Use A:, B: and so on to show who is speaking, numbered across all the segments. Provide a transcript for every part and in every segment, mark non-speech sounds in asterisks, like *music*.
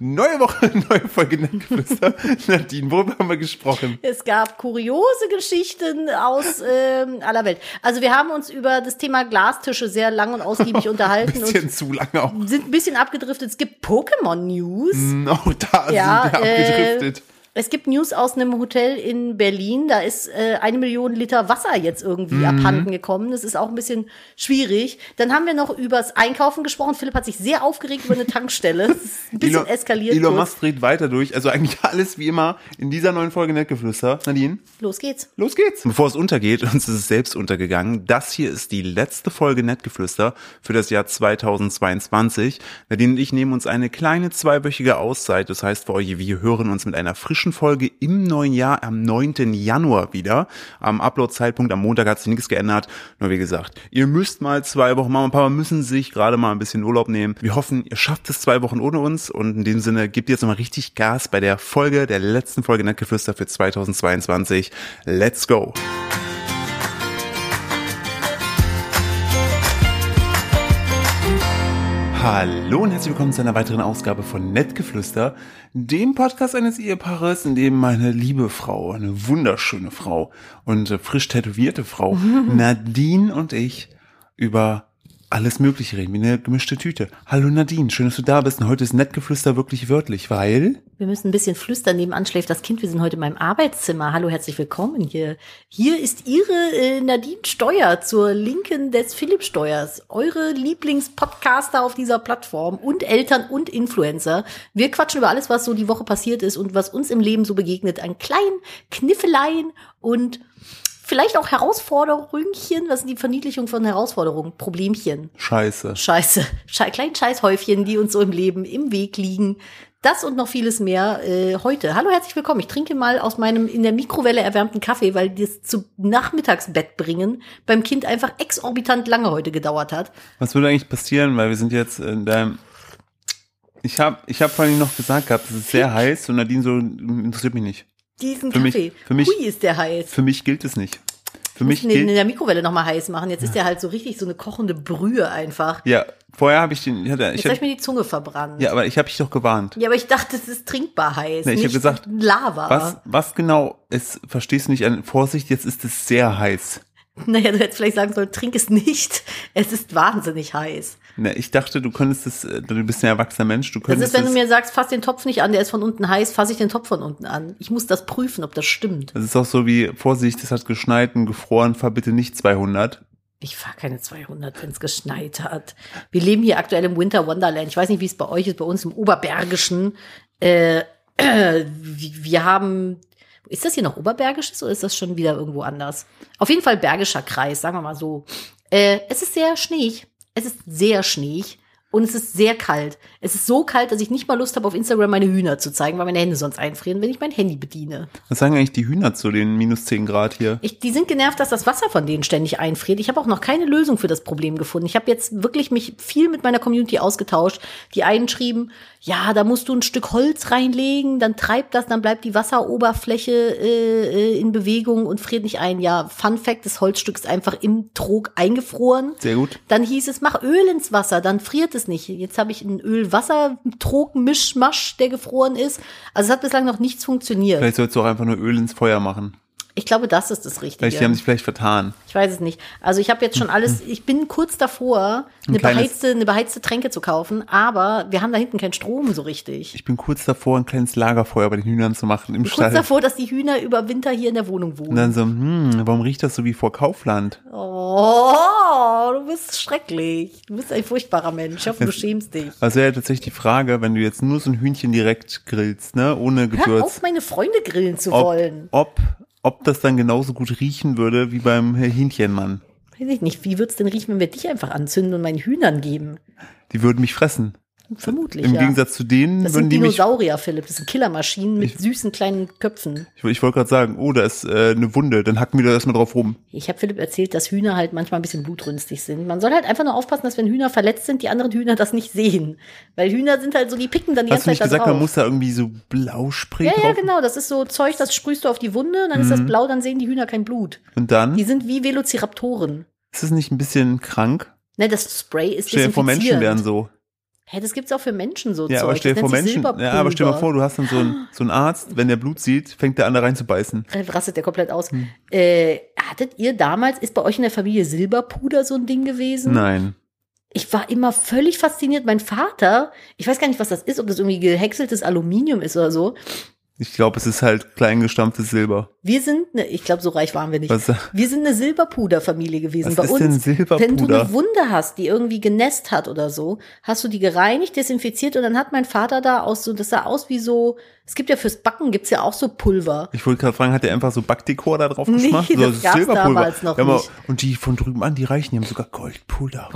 A: Neue Woche, *laughs* neue Folge Nettgeflüster. Nadine, worüber haben wir gesprochen?
B: Es gab kuriose Geschichten
A: *laughs*
B: aus ähm, aller Welt. Also wir haben uns über das Thema Glastische sehr lang
A: *laughs*
B: und ausgiebig
A: Ein
B: unterhalten
A: bisschen
B: und
A: zu lange auch.
B: sind ein bisschen abgedriftet. Es gibt Pokémon-News.
A: Auch da Mhm, sind wir abgedriftet.
B: Äh, es gibt News aus einem Hotel in Berlin. Da ist äh, eine Million Liter Wasser jetzt irgendwie
A: Mhm.
B: abhanden gekommen. Das ist auch ein bisschen schwierig. Dann haben wir noch übers Einkaufen gesprochen. Philipp hat sich sehr aufgeregt über eine Tankstelle.
A: *laughs*
B: Es ist ein bisschen
A: Elon-
B: eskaliert.
A: Elon
B: kurz.
A: Musk dreht weiter durch. Also eigentlich *laughs* alles wie immer in dieser neuen Folge Nettgeflüster. Nadine,
B: Los geht's.
A: los geht's.
C: Bevor es untergeht, *laughs* uns ist es selbst untergegangen, das hier ist die letzte Folge Nettgeflüster für das Jahr 2022. Nadine und ich nehmen uns eine kleine zweiwöchige Auszeit. Das heißt für euch, wir hören uns mit einer frischen Folge im neuen Jahr am 9. Januar wieder. Am Upload-Zeitpunkt am Montag hat sich nichts geändert. Nur wie gesagt, ihr müsst mal zwei Wochen, Mama und Papa müssen sich gerade mal ein bisschen Urlaub nehmen. Wir hoffen, ihr schafft es zwei Wochen ohne uns und in dem Sinne gebt jetzt nochmal richtig Gas bei der Folge, der letzten Folge Nettgeflüster für 2022. Let's go! Hallo und herzlich willkommen zu einer weiteren Ausgabe von Nettgeflüster, dem Podcast eines Ehepaares, in dem meine liebe Frau, eine wunderschöne Frau und äh, frisch tätowierte *laughs* Frau, Nadine und ich über alles Mögliche reden, wie eine gemischte Tüte. Hallo Nadine, schön, dass du da bist und heute ist Nettgeflüster wirklich wörtlich, weil
B: Wir müssen ein bisschen flüstern. Nebenan schläft das Kind. Wir sind heute in meinem Arbeitszimmer. Hallo, herzlich willkommen hier. Hier ist Ihre äh, Nadine Steuer zur Linken des Philipp Steuers. Eure Lieblingspodcaster auf dieser Plattform und Eltern und Influencer. Wir quatschen über alles, was so die Woche passiert ist und was uns im Leben so begegnet. An kleinen Kniffeleien und vielleicht auch Herausforderungchen. Was sind die Verniedlichung von Herausforderungen? Problemchen.
C: Scheiße.
B: Scheiße, Schei kleinen Scheißhäufchen, die uns so im Leben im Weg liegen. Das und noch vieles mehr äh, heute. Hallo, herzlich willkommen. Ich trinke mal aus meinem in der Mikrowelle erwärmten Kaffee, weil das zum Nachmittagsbett bringen beim Kind einfach exorbitant lange heute gedauert hat.
C: Was würde eigentlich passieren, weil wir sind jetzt in deinem ich habe ich hab vorhin noch gesagt gehabt, es ist *laughs* sehr heiß und Nadine so interessiert mich nicht.
B: Diesen
C: Für mich-
B: Kaffee.
C: für mich-
B: Hui ist der heiß.
C: Für mich gilt es nicht. Für mich
B: Nee,
C: gilt
B: in der Mikrowelle nochmal heiß machen. Jetzt ist der halt so richtig so eine kochende Brühe einfach.
C: Ja, vorher habe ich den. Ich hatte,
B: Jetzt
C: ich
B: habe ich
C: hab,
B: mir die Zunge verbrannt.
C: ja, aber ich habe dich doch gewarnt.
B: Ja, aber ich dachte, es ist trinkbar heiß.
C: Nee, ich hab
B: nicht
C: gesagt,
B: Lava.
C: Was, was genau ist, verstehst du nicht an Vorsicht, jetzt ist es sehr heiß.
B: *laughs* Naja, du hättest vielleicht sagen sollen, trink es nicht. Es ist wahnsinnig heiß.
C: Ne, ich dachte, du könntest es, äh, du bist ein erwachsener Mensch, du
B: Das
C: könntest
B: ist, wenn du
C: es,
B: mir sagst, fass den Topf nicht an, der ist von unten heiß, fass ich den Topf von unten an. Ich muss das prüfen, ob das stimmt.
C: das ist auch so wie, Vorsicht, es hat geschneit und gefroren, fahr bitte nicht 200.
B: Ich fahre keine 200, wenn es geschneit hat. Wir leben hier aktuell im Winter Wonderland. Ich weiß nicht, wie es bei euch ist, bei uns im Oberbergischen. Äh, äh, wir haben, ist das hier noch Oberbergisches oder ist das schon wieder irgendwo anders? Auf jeden Fall Bergischer Kreis, sagen wir mal so. Äh, es ist sehr schneeig. Es ist sehr schneeig. Und es ist sehr kalt. Es ist so kalt, dass ich nicht mal Lust habe, auf Instagram meine Hühner zu zeigen, weil meine Hände sonst einfrieren, wenn ich mein Handy bediene.
C: Was sagen eigentlich die Hühner zu den minus 10 Grad hier?
B: Ich, die sind genervt, dass das Wasser von denen ständig einfriert. Ich habe auch noch keine Lösung für das Problem gefunden. Ich habe jetzt wirklich mich viel mit meiner Community ausgetauscht. Die einen schrieben, ja, da musst du ein Stück Holz reinlegen, dann treibt das, dann bleibt die Wasseroberfläche äh, äh, in Bewegung und friert nicht ein. Ja, Fun Fact, das Holzstück ist einfach im Trog eingefroren.
C: Sehr gut.
B: Dann hieß es, mach Öl ins Wasser, dann friert es nicht. Jetzt habe ich einen Öl-Wasser-Trog-Mischmasch, der gefroren ist. Also es hat bislang noch nichts funktioniert.
C: Vielleicht sollst du auch einfach nur Öl ins Feuer machen.
B: ich glaube, das ist das Richtige.
C: Vielleicht, die haben sich vielleicht vertan.
B: Ich weiß es nicht. Also ich habe jetzt schon alles, ich bin kurz davor, eine
C: Mhm. kleines-
B: beheizte, eine beheizte Tränke zu kaufen, aber wir haben da hinten keinen Strom so richtig.
C: Ich bin kurz davor, ein kleines Lagerfeuer bei den Hühnern zu machen im
B: Kurz
C: Stall.
B: davor, dass die Hühner über Winter hier in der Wohnung
C: Und
B: wohnen.
C: dann so, hm, warum riecht das so wie vor Kaufland?
B: Oh, du bist schrecklich. Du bist ein furchtbarer Mensch. Ich hoffe, du schämst dich.
C: Das wäre ja tatsächlich die Frage, wenn du jetzt nur so ein Hühnchen direkt grillst, ne, ohne
B: Hör auf,
C: Gewürz,
B: meine Freunde grillen zu
C: ob,
B: wollen.
C: ob, ob das dann genauso gut riechen würde wie beim Hähnchenmann.
B: Weiß ich nicht, wie wird's denn riechen, wenn wir dich einfach anzünden und meinen Hühnern geben?
C: Die würden mich fressen.
B: Vermutlich,
C: Im
B: ja.
C: Gegensatz zu denen
B: das
C: würden
B: sind
C: die mich.
B: Dinosaurier, Philipp. Das sind Killermaschinen mit süßen kleinen Köpfen.
C: Ich, ich wollte gerade sagen, oh, da ist äh, eine Wunde, dann hacken wir da erstmal drauf rum.
B: Ich habe Philipp erzählt, dass Hühner halt manchmal ein bisschen blutrünstig sind. Man soll halt einfach nur aufpassen, dass wenn Hühner verletzt sind, die anderen Hühner das nicht sehen. Weil Hühner sind halt so, die picken dann die
C: Hast du
B: ganze
C: nicht
B: Zeit da
C: gesagt,
B: drauf.
C: man muss da irgendwie so Blauspray
B: ja,
C: drauf? Mhm.
B: ja, genau. Das ist so Zeug, das sprühst du auf die Wunde, und dann ist das blau, dann sehen die Hühner kein Blut.
C: Und dann?
B: Die sind wie Velociraptoren.
C: Ist es nicht ein bisschen krank?
B: Ne, das Spray ist
C: Stell dir vor, Menschen wären
B: desinfizierend.
C: so.
B: Hä, das gibt's auch für Menschen so
C: Ja,
B: Zeug.
C: aber stell dir vor,
B: Das nennt sich
C: Menschen. Ja, aber stell dir mal
B: Silberpulver.
C: vor, du hast dann so einen, so einen Arzt, wenn der Blut sieht, fängt der an, da reinzubeißen.
B: Äh, Rastet der komplett aus.
C: Hm.
B: Äh, hattet ihr damals, ist bei euch in der Familie Silberpuder so ein Ding gewesen?
C: Nein.
B: Ich war immer völlig fasziniert. Mein Vater, ich weiß gar nicht, was das ist, ob das irgendwie gehäckseltes Aluminium ist oder so.
C: Ich glaube, es ist halt kleingestampftes Silber.
B: Wir sind, ne, ich glaube, so reich waren wir nicht.
C: Was,
B: Wir sind eine Silberpuderfamilie gewesen.
C: was
B: bei
C: ist
B: uns,
C: denn
B: wenn du eine
C: Silberpuder?
B: Wunde hast, die irgendwie genässt hat oder so, hast du die gereinigt, desinfiziert und dann hat mein Vater da aus so, das sah aus wie so, es gibt ja fürs Backen gibt's ja auch so Pulver.
C: Ich wollte gerade fragen, hat der einfach so Backdekor da drauf
B: Nee,
C: geschmacht? so
B: das gab's damals noch
C: Ja, aber-
B: nicht. Oh,
C: Und die von drüben an, die reichen, die haben sogar Goldpuder.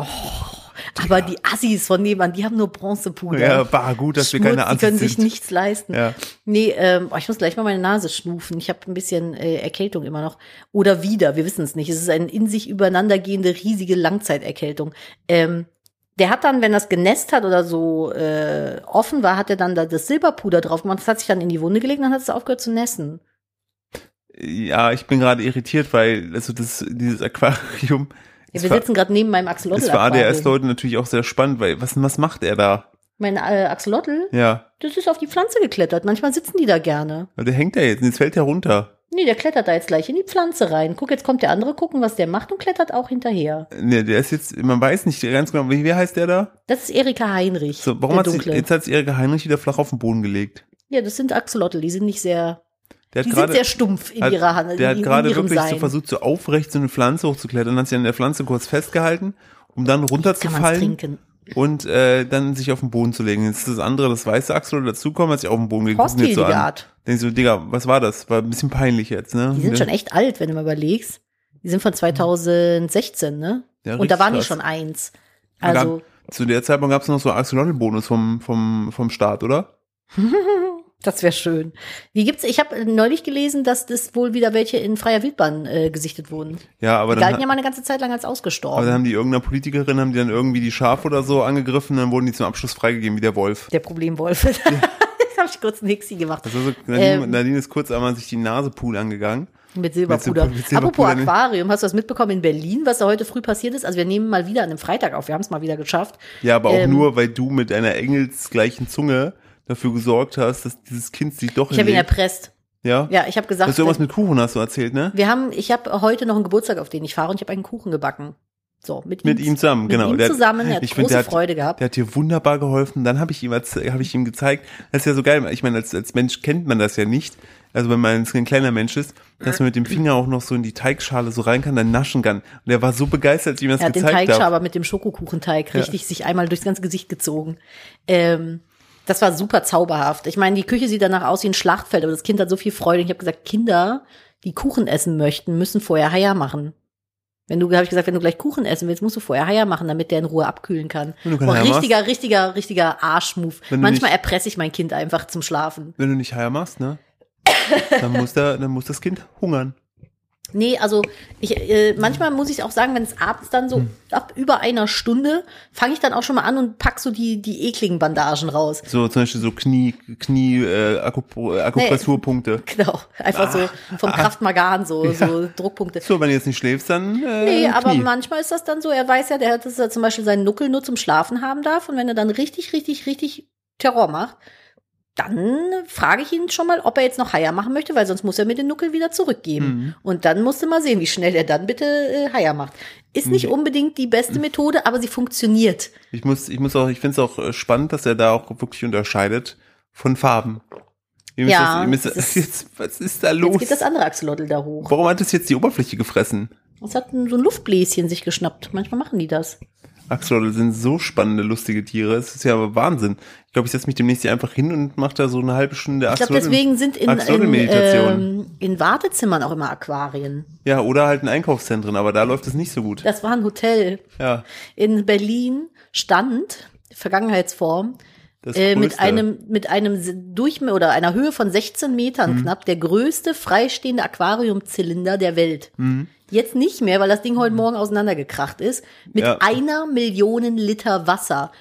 B: Aber die Assis von nebenan, die haben nur Bronzepuder.
C: ja, war gut, dass wir keine
B: Schmutz, Die können
C: Assis
B: sich
C: sind.
B: nichts leisten.
C: Ja.
B: Nee, ähm, oh, ich muss gleich mal meine Nase schnufen. Ich habe ein bisschen äh, Erkältung immer noch. Oder wieder, wir wissen es nicht. Es ist eine in sich übereinandergehende riesige Langzeiterkältung. Ähm, der hat dann, wenn das genässt hat oder so äh, offen war, hat er dann da das Silberpuder drauf gemacht. Das hat sich dann in die Wunde gelegt und dann hat es aufgehört zu nässen.
C: Ja, ich bin gerade irritiert, weil also das, dieses Aquarium
B: Ja,
C: Es
B: wir
C: war-
B: sitzen gerade neben meinem Axolotl.
C: ist für ADS-Leute natürlich auch sehr spannend, weil was, was macht er da?
B: Mein äh, Axolotl,
C: Ja, also
B: das ist auf die Pflanze geklettert. Manchmal sitzen die da gerne.
C: der hängt da jetzt, und jetzt fällt er runter.
B: Nee, der klettert da jetzt gleich in die Pflanze rein. Guck, jetzt kommt der andere, gucken, was der macht und klettert auch hinterher.
C: Ne, der ist jetzt, man weiß nicht ganz genau, wie, wer heißt der da?
B: Das ist Erika Heinrich.
C: So, warum
B: der
C: hat sich,
B: Dunkle.
C: jetzt hat sich Erika Heinrich wieder flach auf den Boden gelegt.
B: ja, das sind Axolotl, die sind nicht sehr,
C: Der hat
B: die sind
C: gerade,
B: sehr stumpf in
C: hat-
B: ihrer Hand,
C: der
B: in,
C: hat
B: in
C: gerade
B: ihrem
C: wirklich so
B: Sein.
C: versucht, so aufrecht so eine Pflanze hochzuklettern, hat sich an der Pflanze kurz festgehalten, um dann
B: Kann man
C: runterzufallen
B: trinken.
C: und äh, dann sich auf den Boden zu legen. Jetzt ist das andere, das weiße Axel dazukommen, hat sich auf den Boden gelegt. guckt ihn jetzt so
B: Horstkälige
C: an.
B: Art.
C: Denkst du, Digga, was war das? War ein bisschen peinlich jetzt, ne?
B: Die sind schon echt alt, wenn du mal überlegst. Die sind von 2016, ne?
C: Mhm. Ja,
B: Und da
C: richtig
B: waren die
C: krass.
B: schon eins.
C: Ja,
B: Also,
C: Zu der Zeitpunkt gab es noch so Axolotl-Bonus vom, vom, vom Staat, oder?
B: das wäre schön. Wie gibt's, ich habe neulich gelesen, dass das wohl wieder welche in freier Wildbahn äh, gesichtet wurden.
C: Ja, aber
B: Die
C: dann,
B: galten ja mal eine ganze Zeit lang als ausgestorben.
C: aber dann haben die irgendeiner Politikerin, haben die dann irgendwie die Schafe oder so angegriffen, dann wurden die zum Abschluss freigegeben, wie der Wolf.
B: Der Problemwolf. *laughs* das habe ich kurz einen Hixi gemacht.
C: Das war Also so, Nadine,
B: Ähm.
C: Nadine ist kurz einmal sich die Nase pool angegangen.
B: Mit Silberpuder.
C: Mit Silberpuder ne?
B: Apropos
C: nicht.
B: Aquarium, hast du das mitbekommen in Berlin, was da heute früh passiert ist? Also wir nehmen mal wieder an einem Freitag auf, wir haben es mal wieder geschafft.
C: Ja, aber auch
B: Ähm.
C: nur, weil du mit deiner engelsgleichen Zunge dafür gesorgt hast, dass dieses Kind sich doch
B: Ich habe ihn
C: hinlegt.
B: erpresst.
C: Ja?
B: Ja, ich habe gesagt, äh,
C: Hast du irgendwas mit Kuchen hast du erzählt, ne?
B: wir haben, ich habe heute noch einen Geburtstag, auf den ich fahre und ich habe einen Kuchen gebacken. So, mit,
C: Mit ihm zusammen, genau.
B: Mit ihm
C: Der hat-
B: zusammen, er hat
C: ich
B: große
C: find, der hat-
B: Freude gehabt.
C: Der hat dir wunderbar geholfen. Dann habe ich ihm erz- habe ich ihm gezeigt, das ist ja so geil. Ich meine, als, als Mensch kennt man das ja nicht. Also wenn man ein kleiner Mensch ist, dass man mit dem Finger auch noch so in die Teigschale so rein kann, dann naschen kann. Und er war so begeistert, als ich ihm das
B: Er hat den
C: gezeigt habe.
B: Teigschaber mit dem Schokokuchenteig richtig sich einmal durchs ganze Gesicht gezogen. Ähm, das war super zauberhaft. Ich meine, die Küche sieht danach aus wie ein Schlachtfeld, aber das Kind hat so viel Freude. Und ich habe gesagt, Kinder, die Kuchen essen möchten, müssen vorher Haier machen. Wenn du, habe ich gesagt, wenn du gleich Kuchen essen willst, musst du vorher Haier machen, damit der in Ruhe abkühlen kann.
C: Wenn du keinen
B: Boah,
C: Haier
B: richtiger, richtiger, richtiger Arschmove.
C: Wenn du
B: Manchmal
C: nicht-
B: erpresse ich mein Kind einfach zum Schlafen.
C: Wenn du nicht heier machst, ne? Dann muss der, dann muss das Kind hungern.
B: Nee, also ich, äh, manchmal muss ich auch sagen, wenn es abends dann so ab über einer Stunde, fange ich dann auch schon mal an und pack so die, die ekligen Bandagen raus. *laughs*
C: So zum Beispiel so Knie, Knie, äh, Akupu- Akupressurpunkte.
B: Genau, einfach so vom Kraftmagan, so, so Druckpunkte.
C: So, wenn du jetzt nicht schläfst, dann äh,
B: Nee, aber
C: Knie.
B: manchmal ist das dann so, er weiß ja, der, hat- dass er zum Beispiel seinen Nuckel nur zum Schlafen haben darf und wenn er dann richtig, richtig, richtig Terror macht, dann frage ich ihn schon mal, ob er jetzt noch Haier machen möchte, weil sonst muss er mir den Nuckel wieder
C: Mhm.
B: zurückgeben. Und dann musst du mal sehen, wie schnell er dann bitte äh, Haier macht. Ist nicht
C: Mhm.
B: unbedingt die beste Methode, aber sie funktioniert.
C: Ich muss, ich muss auch, ich finde es auch äh, spannend, dass er da auch wirklich unterscheidet von Farben. Ihm ist das,
B: Ja,
C: ihm ist *laughs*
B: das ist-
C: jetzt, was ist da
B: Jetzt
C: los?
B: geht das andere Axolotl da hoch.
C: Warum hat es jetzt die Oberfläche gefressen?
B: Das hat ein- so ein Luftbläschen sich geschnappt. Manchmal machen die das.
C: Axolotl sind so spannende, lustige Tiere. Es ist ja Wahnsinn. Ich glaube, ich setze mich demnächst hier einfach hin und mache da so eine halbe Stunde
B: Ich glaube,
C: Axolotl.
B: deswegen sind in, in,
C: Axolotl-Meditation.
B: ähm, in Wartezimmern auch immer Aquarien.
C: ja, oder halt in Einkaufszentren, aber da läuft es nicht so gut.
B: Das war ein Hotel.
C: Ja,
B: in Berlin stand, Vergangenheitsform,
C: das
B: äh, mit
C: Größte.
B: einem, mit einem S- Durchmesser oder einer Höhe von 16 Metern
C: Mhm.
B: knapp, der größte freistehende Aquariumzylinder der Welt.
C: Mhm.
B: Jetzt nicht mehr, weil das Ding heute Morgen auseinandergekracht ist, mit
C: Ja.
B: einer Million Liter Wasser.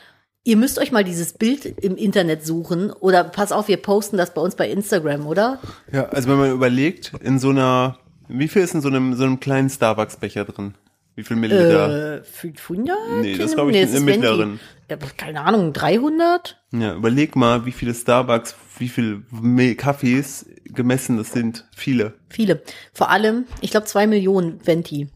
B: Ihr müsst euch mal dieses Bild im Internet suchen oder pass auf, wir posten das bei uns bei Instagram, oder?
C: Ja, also wenn man überlegt, in so einer, wie viel ist in so einem, so einem kleinen Starbucks-Becher drin? Wie viel
B: Äh.
C: Milliliter?
B: 500?
C: Nee, das glaub ich
B: es
C: eine
B: ist, wenn die-
C: mittleren.
B: Ja, keine Ahnung, 300?
C: Ja, überleg mal, wie viele Starbucks, wie viele Me- Kaffees gemessen das sind. Viele.
B: Viele. Vor allem, ich glaube, zwei Millionen Venti.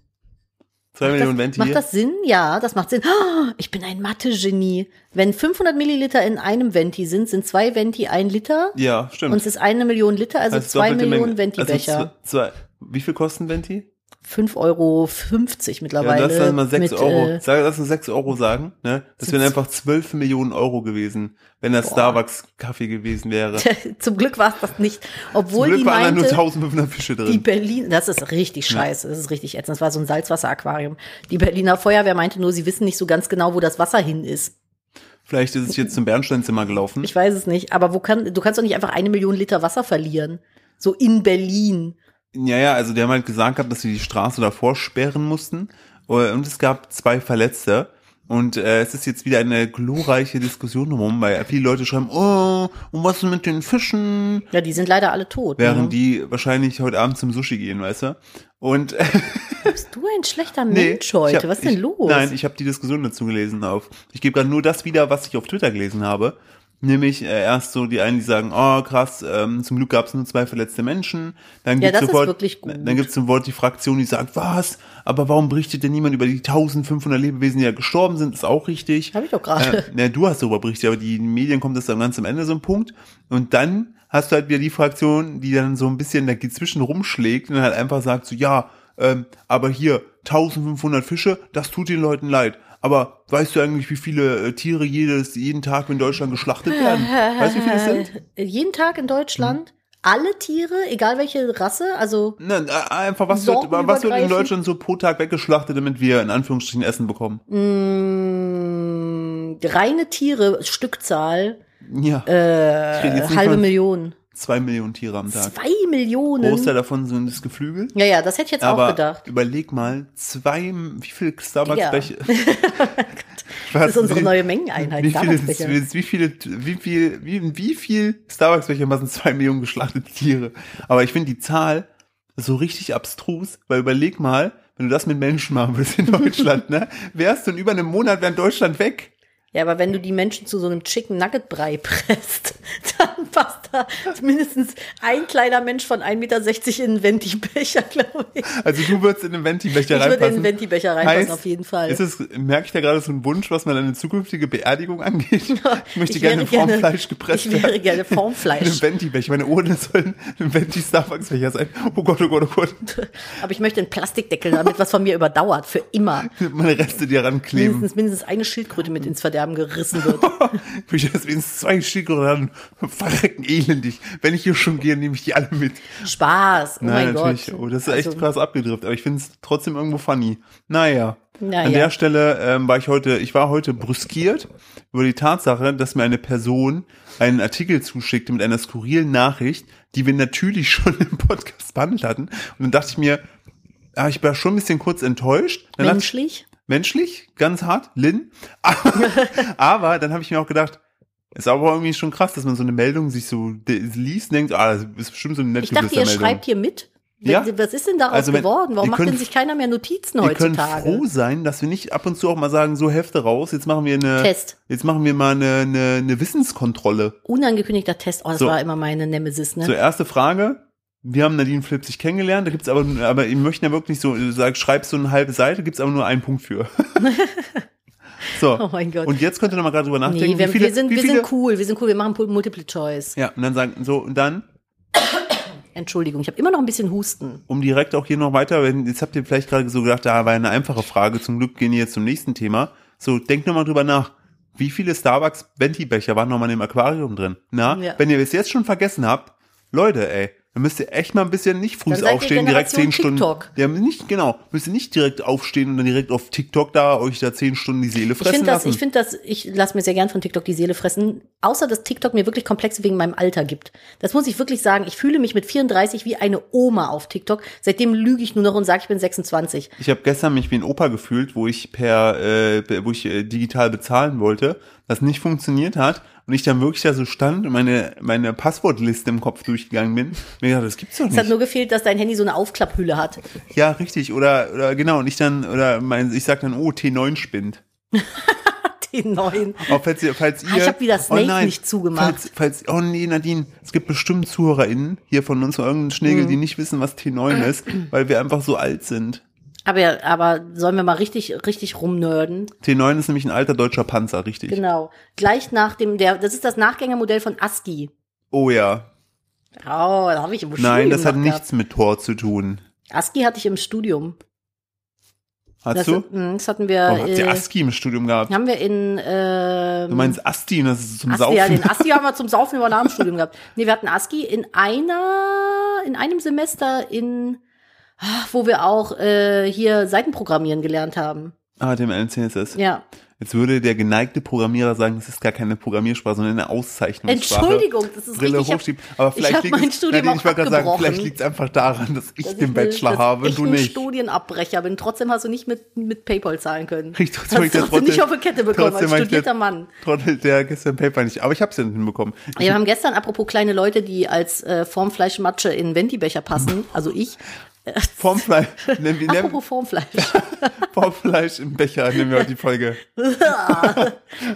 C: Zwei Millionen Venti.
B: Macht das Sinn? Ja, das macht Sinn. Ah, Ich bin ein Mathe-Genie. Wenn 500 Milliliter in einem Venti sind, sind zwei Venti ein Liter.
C: ja, stimmt.
B: Und es ist eine Million Liter, also
C: Also
B: zwei
C: doppelte
B: Millionen
C: Menge. Also
B: Venti-Becher.
C: z- zwei, wie viel kosten Venti?
B: 5,50 Euro
C: Ja,
B: mittlerweile.
C: lass dann mal 6
B: mit,
C: Euro.
B: äh, *laughs*
C: Sag, lass uns 6 Euro sagen. Ne? Das wären
B: Sitz-
C: einfach 12 Millionen Euro gewesen, wenn das Starbucks-Kaffee gewesen wäre.
B: zum Glück war es das nicht. Obwohl
C: Zum Glück
B: die
C: waren da nur
B: meinte,
C: 1500 Fische
B: Die
C: drin.
B: Berlin, das ist richtig scheiße, das ist richtig ätzend. Das war so ein Salzwasseraquarium. Die Berliner Feuerwehr meinte nur, sie wissen nicht so ganz genau, wo das Wasser hin ist.
C: Vielleicht ist es jetzt zum Bernsteinzimmer gelaufen.
B: Ich weiß es nicht, aber wo kann, du kannst doch nicht einfach eine Million Liter Wasser verlieren. So in Berlin.
C: Ja, ja, also die haben halt gesagt gehabt, dass sie die Straße davor sperren mussten. Äh, Und es gab zwei Verletzte. Und äh, es ist jetzt wieder eine glorreiche Diskussion um rum, weil viele Leute schreiben, oh, und was ist mit den Fischen?
B: Ja, die sind leider alle tot.
C: Während
B: ne?
C: die wahrscheinlich heute Abend zum Sushi gehen, weißt du? Und *laughs*
B: Bist du ein schlechter
C: nee,
B: Mensch
C: ich
B: heute?
C: hab-
B: Was ist denn
C: ich,
B: los?
C: Nein, ich habe die Diskussion dazu gelesen auf. Ich gebe gerade nur das wieder, was ich auf Twitter gelesen habe. Nämlich äh, erst so die einen, die sagen, oh krass, ähm, zum Glück gab es nur zwei verletzte Menschen. Dann
B: Ja,
C: gibt's
B: das ist
C: sofort,
B: wirklich gut.
C: Dann gibt's sofort die Fraktion, die sagt, was? Aber warum berichtet denn niemand über die 1500 Lebewesen, die ja gestorben sind? Ist auch richtig.
B: Hab ich doch gerade.
C: Äh, na, du hast darüber berichtet, aber die Medien kommt das dann ganz am Ende so ein Punkt. Und dann hast du halt wieder die Fraktion, die dann so ein bisschen dazwischen rumschlägt und halt einfach sagt so, ja, ähm, aber hier 1500 Fische, das tut den Leuten leid. Aber weißt du eigentlich, wie viele äh, Tiere jedes, jeden Tag in Deutschland geschlachtet
B: *laughs*
C: werden? Weißt du, wie viele es sind?
B: Äh, jeden Tag in Deutschland,
C: Mhm.
B: alle Tiere, egal welche Rasse, also
C: Nein, äh, einfach, was wird, was wird in
B: Sortenübergreifend?
C: Deutschland so pro Tag weggeschlachtet, damit wir in Anführungsstrichen Essen bekommen?
B: mh, mm, reine Tiere, Stückzahl,
C: Ja. Äh, ich rede jetzt nicht
B: halbe
C: von
B: Million.
C: Zwei Millionen Tiere am Tag.
B: Zwei Millionen.
C: Großteil davon sind das Geflügel.
B: Ja, ja, das hätte ich jetzt
C: Aber
B: auch gedacht.
C: überleg mal, zwei, wie viel Starbucks-Becher?
B: *laughs* Oh Das ist unsere neue Mengeneinheit.
C: Wie viele,
B: Starbucks-Becher.
C: wie viele, wie viel, wie, wie viel Starbucks-Becher machen zwei Millionen geschlachtete Tiere? Aber ich finde die Zahl so richtig abstrus, weil überleg mal, wenn du das mit Menschen machen würdest in *laughs* Deutschland, ne, wärst du in über einem Monat während Deutschland weg.
B: Ja, aber wenn du die Menschen zu so einem Chicken Nugget Brei *laughs* presst, dann passt da mindestens ein kleiner Mensch von 1,60 Meter in einen Venti-Becher, glaube ich.
C: Also du würdest in den Venti-Becher
B: Ich würde in
C: reinpassen.
B: den Venti-Becher reinpassen,
C: Heißt,
B: auf jeden Fall.
C: Ist es, merke ich da gerade so einen Wunsch, was man eine zukünftige Beerdigung
B: *laughs*
C: angeht? Ich möchte
B: Ich
C: gerne
B: wäre
C: in Formfleisch gepresst
B: Ich wäre
C: werden.
B: gerne
C: In einem
B: Formfleisch.
C: Venti-Becher. Meine Urne soll ein Venti-Starbucks-Becher sein. Oh Gott, oh Gott, oh Gott.
B: Aber ich möchte einen Plastikdeckel, damit was von mir überdauert, für immer.
C: Meine Reste, die daran kleben.
B: Mindestens, mindestens eine Schildkröte mit ins Verderben gerissen wird.
C: Will ich das wenigstens zwei Stück oder dann verrecken elendig. Wenn ich hier schon gehe, nehme ich die alle mit.
B: Spaß. Oh
C: Nein,
B: mein
C: natürlich.
B: Gott.
C: Oh, das ist echt
B: Also-
C: krass abgedriftet, aber ich finde es trotzdem irgendwo funny. Naja.
B: Naja.
C: An der Stelle ähm, war ich heute, ich war heute brüskiert über die Tatsache, dass mir eine Person einen Artikel zuschickte mit einer skurrilen Nachricht, die wir natürlich *laughs* schon im Podcast behandelt hatten. Und dann dachte ich mir, ah, ich war schon ein bisschen kurz enttäuscht. Dann dachte ich-
B: Menschlich?
C: menschlich, ganz hart, Lin. *laughs* Aber, aber dann habe ich mir auch gedacht, ist aber irgendwie schon krass, dass man so eine Meldung sich so de- liest und denkt, ah, das ist bestimmt so eine nett
B: Ich dachte, ihr
C: geflüsterte Meldung.
B: schreibt hier mit.
C: Ja.
B: Was ist denn daraus
C: Also wenn-
B: geworden? Warum
C: wir
B: macht
C: können-
B: denn sich keiner mehr Notizen
C: Wir können
B: heutzutage?
C: froh sein, dass wir nicht ab und zu auch mal sagen, so Hefte raus, jetzt machen wir eine,
B: Test.
C: jetzt machen wir mal eine, eine, eine Wissenskontrolle.
B: Unangekündigter Test. Oh, das
C: So.
B: war immer meine Nemesis, ne?
C: So, erste Frage. Wir haben Nadine Flip sich kennengelernt, da gibt's aber, aber wir möchten ja wirklich so, du sagst, schreibst so eine halbe Seite, gibt's aber nur einen Punkt
B: *laughs*
C: für. so.
B: Oh mein Gott.
C: Und jetzt könnt ihr nochmal gerade drüber nachdenken,
B: nee, wir,
C: wie viele,
B: wir, sind,
C: wie
B: wir
C: viele,
B: sind cool, wir sind cool, wir machen Pul- Multiple Choice.
C: Ja, und dann sagen, so, und dann,
B: Entschuldigung, ich habe immer noch ein bisschen Husten.
C: um direkt auch hier noch weiter, wenn, jetzt habt ihr vielleicht gerade so gedacht, da war eine einfache Frage, zum Glück gehen wir jetzt zum nächsten Thema. So, denkt nochmal drüber nach. Wie viele Starbucks Venti-Becher waren nochmal im Aquarium drin? Na,
B: Ja.
C: wenn ihr es jetzt schon vergessen habt, Leute, ey, dann müsst ihr echt mal ein bisschen nicht früh
B: Dann seid ihr
C: aufstehen, direkt
B: Generation
C: zehn Stunden.
B: TikTok.
C: Ja, nicht, genau. Müsst ihr nicht direkt aufstehen und dann direkt auf TikTok da euch da zehn Stunden die Seele
B: Ich
C: fressen
B: finde das,
C: lassen.
B: ich finde das, ich lasse mir sehr gern von TikTok die Seele fressen. Außer, dass TikTok mir wirklich Komplexe wegen meinem Alter gibt. Das muss ich wirklich sagen. Ich fühle mich mit 34 wie eine Oma auf TikTok. Seitdem lüge ich nur noch und sage, ich bin 26.
C: Ich habe gestern mich wie ein Opa gefühlt, wo ich per, äh, wo ich äh, digital bezahlen wollte, das nicht funktioniert hat Und ich dann wirklich da so stand und meine, meine Passwortliste im Kopf durchgegangen bin. Und mir gedacht, das gibt's doch
B: Es hat
C: nicht.
B: nur gefehlt, dass dein Handy so eine Aufklapphülle hat. *laughs*
C: Ja, richtig. Oder, oder genau. Und ich dann, oder mein, ich sag dann, oh, T9 spinnt.
B: Den neuen.
C: Auch falls ihr, falls ihr,
B: Ah, ich hab wieder Snake nicht zugemacht.
C: Falls, falls, oh nee, Nadine, es gibt bestimmt ZuhörerInnen hier von uns, irgendeinen Schnägel,
B: Mhm.
C: die nicht wissen, was T9 ist, weil wir einfach so alt sind.
B: Aber, aber sollen wir mal richtig, richtig rumnörden?
C: T9 ist nämlich ein alter deutscher Panzer, richtig.
B: Genau. Gleich nach dem, der, das ist das Nachgängermodell von ASCII.
C: Oh ja.
B: Oh, da habe ich im Studium.
C: Nein, das hat
B: noch
C: nichts mit Tor zu tun.
B: gehabt. ASCII hatte ich im Studium.
C: Hast
B: das,
C: du?
B: mh, Das hatten wir,
C: Warum habt ihr
B: äh,
C: ASCII im Studium gehabt?
B: haben wir in, äh,
C: Du meinst Asti, das ist zum
B: ASCII,
C: Saufen.
B: ja, den ASCII haben wir zum Saufen
C: *laughs*
B: über nach dem Studium gehabt. Nee, wir hatten ASCII in einer, in einem Semester in, ah, wo wir auch äh, hier Seitenprogrammieren gelernt haben.
C: ah, dem LCSS.
B: Ja.
C: Jetzt würde der geneigte Programmierer sagen, das ist gar keine Programmiersprache, sondern eine Auszeichnungssprache.
B: Entschuldigung, das ist
C: Brille
B: richtig.
C: hochschiebt. Aber
B: ich hab
C: vielleicht liegt
B: mein
C: es,
B: Studium
C: Nadine, ich
B: auch
C: wollte gerade sagen,
B: abgebrochen.
C: vielleicht liegt es einfach daran, dass ich
B: dass
C: den
B: eine-
C: Bachelor
B: dass
C: habe und
B: ich
C: du
B: ein
C: nicht.
B: Studienabbrecher bin. Trotzdem hast du nicht mit, mit PayPal zahlen können.
C: Ich-
B: hast
C: trotzdem
B: du
C: hab ich das
B: trotzdem nicht auf die Kette bekommen als
C: trotzdem hab ich das-
B: studierter Mann.
C: Trottel, der gestern Paper nicht. Aber ich habe es ja nicht hinbekommen.
B: Wir haben gestern, apropos kleine Leute, die als äh, Formfleischmatsche in Wendibecher passen, also ich.
C: Formfleisch,
B: *laughs*
C: nennen wir, nennen,
B: Apropos Formfleisch, *laughs*
C: Formfleisch im Becher nehmen wir heute die Folge.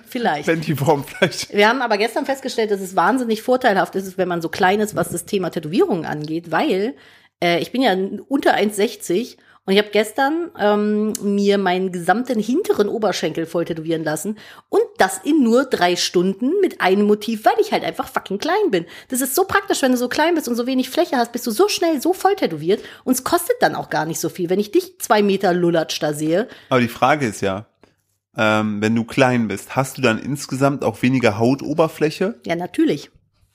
B: vielleicht.
C: Wenn die Formfleisch.
B: Wir haben aber gestern festgestellt, dass es wahnsinnig vorteilhaft ist, wenn man so klein ist, was das Thema Tätowierungen angeht, weil äh, ich bin ja unter 1,60 und ich habe gestern ähm, mir meinen gesamten hinteren Oberschenkel voll tätowieren lassen und das in nur drei Stunden mit einem Motiv, weil ich halt einfach fucking klein bin. Das ist so praktisch, wenn du so klein bist und so wenig Fläche hast, bist du so schnell so voll tätowiert und es kostet dann auch gar nicht so viel. Wenn ich dich zwei Meter Lulatsch da sehe,
C: Aber die Frage ist ja, ähm, wenn du klein bist, hast du dann insgesamt auch weniger Hautoberfläche?
B: ja natürlich.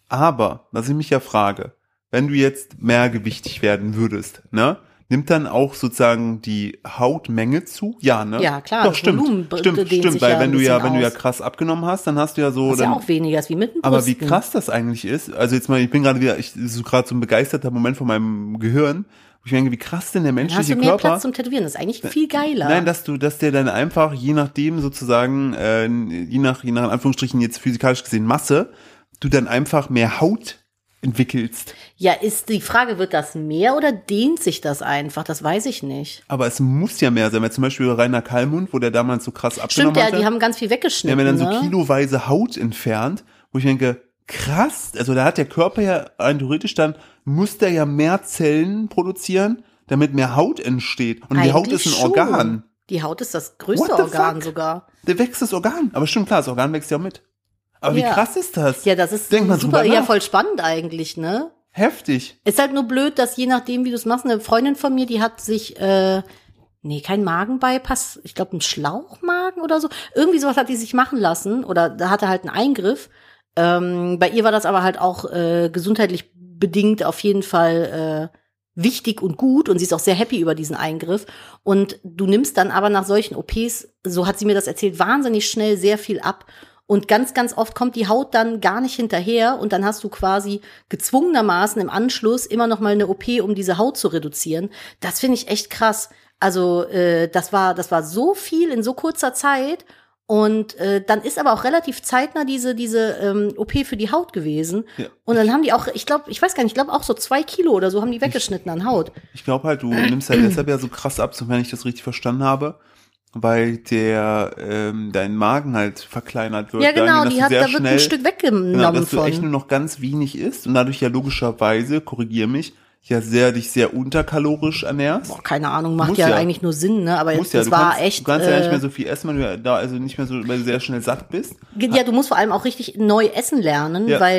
C: Aber, was ich mich ja frage, wenn du jetzt mehr gewichtig werden würdest, ne? Nimmt dann auch sozusagen die Hautmenge zu? Ja, ne?
B: Ja, klar,
C: Doch,
B: das
C: stimmt.
B: Volumen be-
C: stimmt,
B: dehnt
C: stimmt,
B: sich
C: weil
B: ja
C: wenn
B: ein
C: du ja,
B: bisschen
C: wenn du ja
B: aus.
C: krass abgenommen hast, dann hast du ja so,
B: Das ist
C: dann,
B: ja auch weniger, ist wie mit den
C: Aber wie
B: Brüsten.
C: krass das eigentlich ist, also jetzt mal, ich bin gerade wieder, ich, das ist so gerade so ein begeisterter Moment von meinem Gehirn, wo ich mir denke, wie krass denn der
B: Dann hast
C: menschliche
B: du mehr
C: Körper.
B: Platz zum Tätowieren. Das ist eigentlich viel geiler.
C: Nein, dass du, dass der dann einfach, je nachdem sozusagen, äh, je nach, je nach in Anführungsstrichen jetzt physikalisch gesehen Masse, du dann einfach mehr Haut entwickelst.
B: ja, ist die Frage, wird das mehr oder dehnt sich das einfach? Das weiß ich nicht.
C: Aber es muss ja mehr sein, weil zum Beispiel Rainer Kallmund, wo der damals so krass abgenommen
B: Stimmt, ja,
C: hatte,
B: die haben ganz viel
C: der
B: weggeschnitten.
C: haben Genau, ja dann so
B: ne?
C: kiloweise Haut entfernt, wo ich denke, krass, also da hat der Körper ja rein theoretisch dann, muss der ja mehr Zellen produzieren, damit mehr Haut entsteht. Und die Haut
B: Eigentlich
C: ist ein
B: schon.
C: Organ.
B: Die Haut ist das
C: What
B: größte
C: the
B: Organ
C: fuck?
B: sogar.
C: Der wächst das Organ. Aber stimmt, klar, das Organ wächst ja auch mit. Aber wie
B: Ja.
C: krass ist das?
B: Ja, das ist
C: Denk mal
B: super,
C: drüber
B: ja,
C: nach.
B: voll spannend eigentlich, ne?
C: Heftig.
B: Ist halt nur blöd, dass je nachdem, wie du es machst, eine Freundin von mir, die hat sich, äh, nee, kein Magenbeipass, ich glaube, einen Schlauchmagen oder so. Irgendwie sowas hat die sich machen lassen oder da hatte halt einen Eingriff. Ähm, bei ihr war das aber halt auch äh, gesundheitlich bedingt auf jeden Fall äh, wichtig und gut und sie ist auch sehr happy über diesen Eingriff. Und du nimmst dann aber nach solchen OPs, so hat sie mir das erzählt, wahnsinnig schnell sehr viel ab. Und ganz, ganz oft kommt die Haut dann gar nicht hinterher und dann hast du quasi gezwungenermaßen im Anschluss immer noch mal eine OP, um diese Haut zu reduzieren. Das finde ich echt krass. Also äh, das war, das war so viel in so kurzer Zeit und äh, dann ist aber auch relativ zeitnah diese diese ähm, OP für die Haut gewesen.
C: Ja.
B: Und dann haben die auch, ich glaube, ich weiß gar nicht, ich glaube auch so zwei Kilo oder so haben die weggeschnitten an Haut.
C: Ich glaube halt, du nimmst halt deshalb ja so krass ab, so wenn ich das richtig verstanden habe, weil der ähm, dein Magen halt verkleinert wird.
B: Ja
C: dadurch,
B: genau,
C: dass
B: die
C: du
B: hat,
C: sehr
B: da wird
C: schnell-
B: ein Stück weggenommen
C: Genau, dass du
B: von.
C: echt nur noch ganz wenig isst und dadurch ja logischerweise, korrigier mich, ja sehr dich sehr unterkalorisch ernährst.
B: Boah, keine Ahnung, macht
C: Muss
B: ja,
C: ja.
B: eigentlich nur Sinn, ne? Aber
C: Muss
B: jetzt,
C: ja,
B: das
C: du
B: war
C: kannst,
B: echt.
C: du kannst ja nicht
B: äh,
C: mehr so viel essen, weil du ja da also nicht mehr so, weil du sehr schnell satt bist.
B: Ja, du musst vor allem auch richtig neu essen lernen,
C: Ja.
B: weil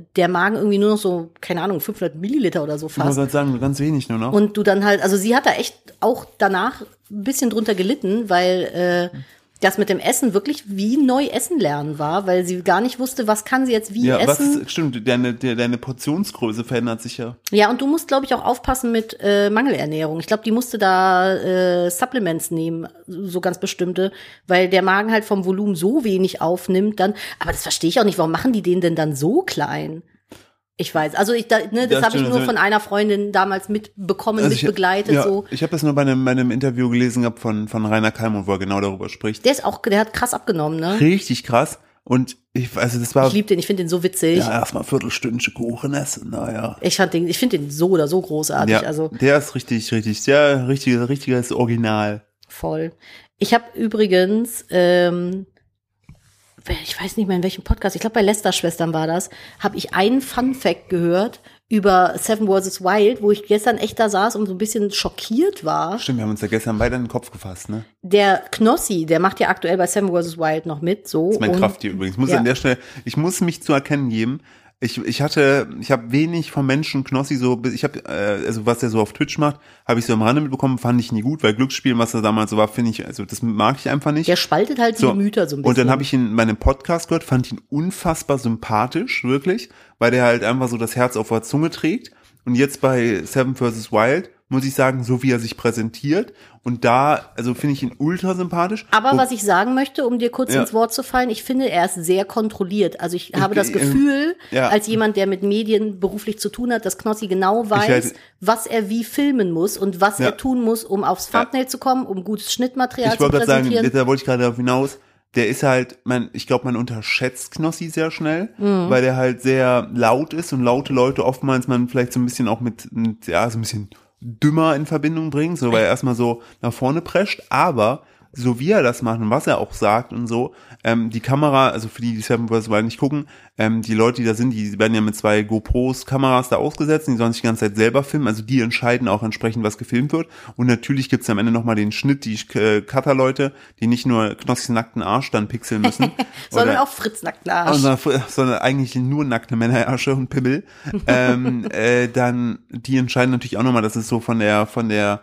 B: äh, der Magen irgendwie nur noch so, keine Ahnung, 500 Milliliter oder so
C: Ich muss
B: fasst.
C: gerade sagen, nur ganz wenig nur noch.
B: Und du dann halt, also sie hat da echt auch danach ein bisschen drunter gelitten, weil äh, das mit dem Essen wirklich wie neu essen lernen war, weil sie gar nicht wusste, was kann sie jetzt wie
C: ja, was
B: essen.
C: ist, stimmt, deine, de- deine Portionsgröße verändert sich ja.
B: Ja, und du musst, glaube ich, auch aufpassen mit äh, Mangelernährung. Ich glaube, die musste da äh, Supplements nehmen, so ganz bestimmte, weil der Magen halt vom Volumen so wenig aufnimmt dann. Aber das verstehe ich auch nicht. Warum machen die den denn dann so klein? Ich weiß. Also ich, da, ne, das
C: Das
B: habe ich
C: stimmt,
B: nur
C: das-
B: von einer Freundin damals mitbekommen,
C: Also
B: mitbegleitet.
C: ja,
B: so.
C: Ich habe das nur bei einem, bei einem Interview gelesen gehabt von, von Rainer Kalmund, wo er genau darüber spricht.
B: Der ist auch, der hat krass abgenommen, ne?
C: Richtig krass. Und ich, also das war
B: Ich liebe den, ich finde den so witzig.
C: ja, erstmal viertelstündliche Kuchen essen, naja.
B: Ich, fand den- ich finde den so oder so großartig.
C: Ja,
B: Also
C: der ist richtig, richtig, der richtige, richtiger ist Original.
B: Voll. Ich habe übrigens, ähm, ich weiß nicht mehr in welchem Podcast, ich glaube bei Lester Schwestern war das, habe ich einen Fun Fact gehört über Seven vs. Wild, wo ich gestern echt da saß und so ein bisschen schockiert war.
C: Stimmt, wir haben uns ja gestern beide in den Kopf gefasst, ne?
B: Der Knossi, der macht ja aktuell bei Seven vs. Wild noch mit, so.
C: Das ist mein
B: und-
C: Krafttier übrigens. Ich muss
B: Ja.
C: an der Stelle, ich muss mich zu erkennen geben. Ich, ich hatte, ich habe wenig vom Menschen Knossi so, ich habe, äh, also was der so auf Twitch macht, habe ich so am Rande mitbekommen, fand ich nie gut, weil Glücksspielen, was er damals so war, finde ich, also das mag ich einfach nicht.
B: Der spaltet halt die Gemüter so ein bisschen.
C: Und dann habe ich ihn in meinem Podcast gehört, fand ihn unfassbar sympathisch, wirklich, weil der halt einfach so das Herz auf der Zunge trägt. Und jetzt bei Seven vs. Wild muss ich sagen, so wie er sich präsentiert. Und da, also finde ich ihn ultra sympathisch.
B: Aber
C: Wo-
B: was ich sagen möchte, um dir kurz
C: Ja.
B: ins Wort zu fallen, ich finde, er ist sehr kontrolliert. Also ich habe das
C: ähm,
B: Gefühl,
C: ja.
B: als jemand, der mit Medien beruflich zu tun hat, dass Knossi genau weiß,
C: halt-
B: was er wie filmen muss und was
C: Ja.
B: er tun muss, um aufs Thumbnail zu kommen, um gutes Schnittmaterial
C: ich
B: zu
C: wollte gerade sagen,
B: präsentieren.
C: da wollte ich gerade darauf hinaus, der ist halt, man, ich glaube, man unterschätzt Knossi sehr schnell,
B: Mhm.
C: weil der halt sehr laut ist und laute Leute oftmals man vielleicht so ein bisschen auch mit, mit ja, so ein bisschen dümmer in Verbindung bringt, so weil er erstmal so nach vorne prescht, aber so wie er das macht und was er auch sagt und so, ähm, die Kamera, also für die, die Seven vs. Wild nicht gucken, ähm, die Leute, die da sind, die werden ja mit zwei GoPros Kameras da ausgesetzt, und die sollen sich die ganze Zeit selber filmen, also die entscheiden auch entsprechend, was gefilmt wird und natürlich gibt's am Ende nochmal den Schnitt, die äh, Cutter-Leute, die nicht nur Knossis nackten Arsch dann pixeln müssen,
B: sondern
C: oder-
B: auch Fritz nackt Arsch.
C: sondern, sondern eigentlich nur nackte Männerasche und
B: *laughs*
C: Pimmel. ähm, äh, dann die entscheiden natürlich auch nochmal, dass es so von der, von der,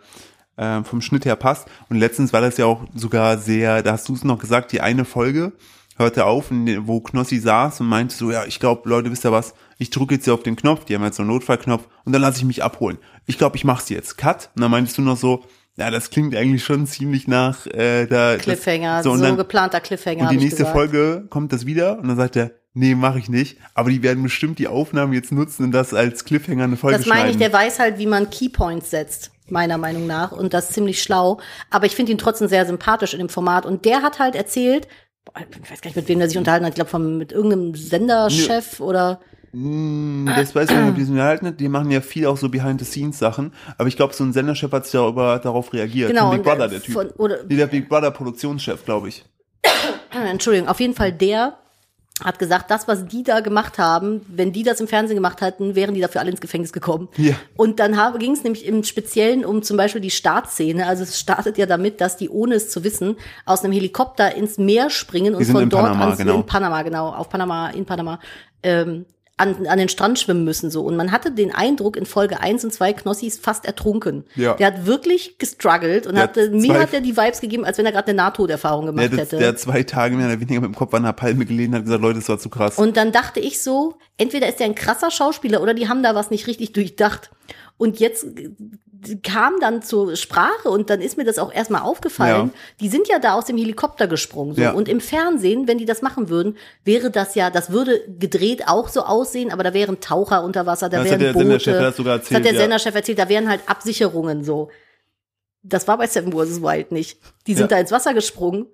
C: äh, vom Schnitt her passt. Und letztens war das ja auch sogar sehr, da hast du es noch gesagt, die eine Folge hörte auf, in der- wo Knossi saß und meinte so, ja, ich glaube, Leute, wisst ihr was, ich drücke jetzt hier auf den Knopf, die haben jetzt so einen Notfallknopf und dann lasse ich mich abholen. Ich glaube, ich mach's jetzt. Cut. Und dann meintest du noch so, ja, das klingt eigentlich schon ziemlich nach äh, da. das-
B: Cliffhanger, so,
C: und dann-
B: geplanter Cliffhanger.
C: und
B: habe
C: die
B: ich
C: nächste
B: gesagt.
C: Folge kommt das wieder und dann sagt er, nee, mache ich nicht. Aber die werden bestimmt die Aufnahmen jetzt nutzen und das als Cliffhanger eine Folge
B: Das meine ich,
C: schneiden.
B: der weiß halt, wie man Keypoints setzt, meiner Meinung nach. Und das ist ziemlich schlau. Aber ich finde ihn trotzdem sehr sympathisch in dem Format. Und der hat halt erzählt, boah, ich weiß gar nicht, mit wem der sich unterhalten hat, ich glaube, mit irgendeinem Senderchef oder
C: Hm, das weiß ich nicht, ob
B: *clears throat*
C: die sind gehalten hat. Die machen ja viel auch so Behind-the-Scenes-Sachen. Aber ich glaube, so ein Senderchef hat sich darüber, darauf reagiert.
B: Genau,
C: Von Big
B: und,
C: Brother,
B: äh,
C: der Typ.
B: von- oder-
C: nee, der Big Brother-Produktionschef, glaube ich.
B: Ah, Entschuldigung, auf jeden Fall
C: Hm.
B: der hat gesagt, das, was die da gemacht haben, wenn die das im Fernsehen gemacht hätten, wären die dafür alle ins Gefängnis gekommen.
C: Ja.
B: Und dann ging es nämlich im Speziellen um zum Beispiel die Startszene. Also es startet ja damit, dass die, ohne es zu wissen, aus einem Helikopter ins Meer springen und
C: sind
B: von
C: in
B: dort
C: Panama,
B: ans,
C: genau.
B: in Panama, genau, auf Panama, in Panama, ähm, an, an den Strand schwimmen müssen. so. Und man hatte den Eindruck, in Folge 1 und 2 Knossi ist fast ertrunken.
C: Ja.
B: Der hat wirklich gestruggelt und
C: Der
B: hatte,
C: hat
B: mir
C: zwei-
B: hat er die Vibes gegeben, als wenn er gerade eine Nahtoderfahrung
C: Der,
B: gemacht
C: hat jetzt-
B: hätte.
C: der hat zwei Tage mehr oder weniger mit dem Kopf an der Palme gelegen und hat gesagt, Leute, das war zu krass.
B: Und dann dachte ich so, entweder ist er ein krasser Schauspieler oder die haben da was nicht richtig durchdacht. Und jetzt äh, kam dann zur Sprache und dann ist mir das auch erstmal aufgefallen.
C: Ja.
B: Die sind ja da aus dem Helikopter gesprungen. So.
C: Ja.
B: Und im Fernsehen, wenn die das machen würden, wäre das ja, das würde gedreht auch so aussehen, aber da wären Taucher unter Wasser,
C: Das
B: da
C: hat
B: wären
C: der
B: Boote.
C: Senderchef hat das sogar
B: das hat
C: erzählt,
B: der
C: ja.
B: Senderchef erzählt, da wären halt Absicherungen so. Das war bei Seven vs. Wild nicht. Die sind
C: Ja.
B: da ins Wasser gesprungen.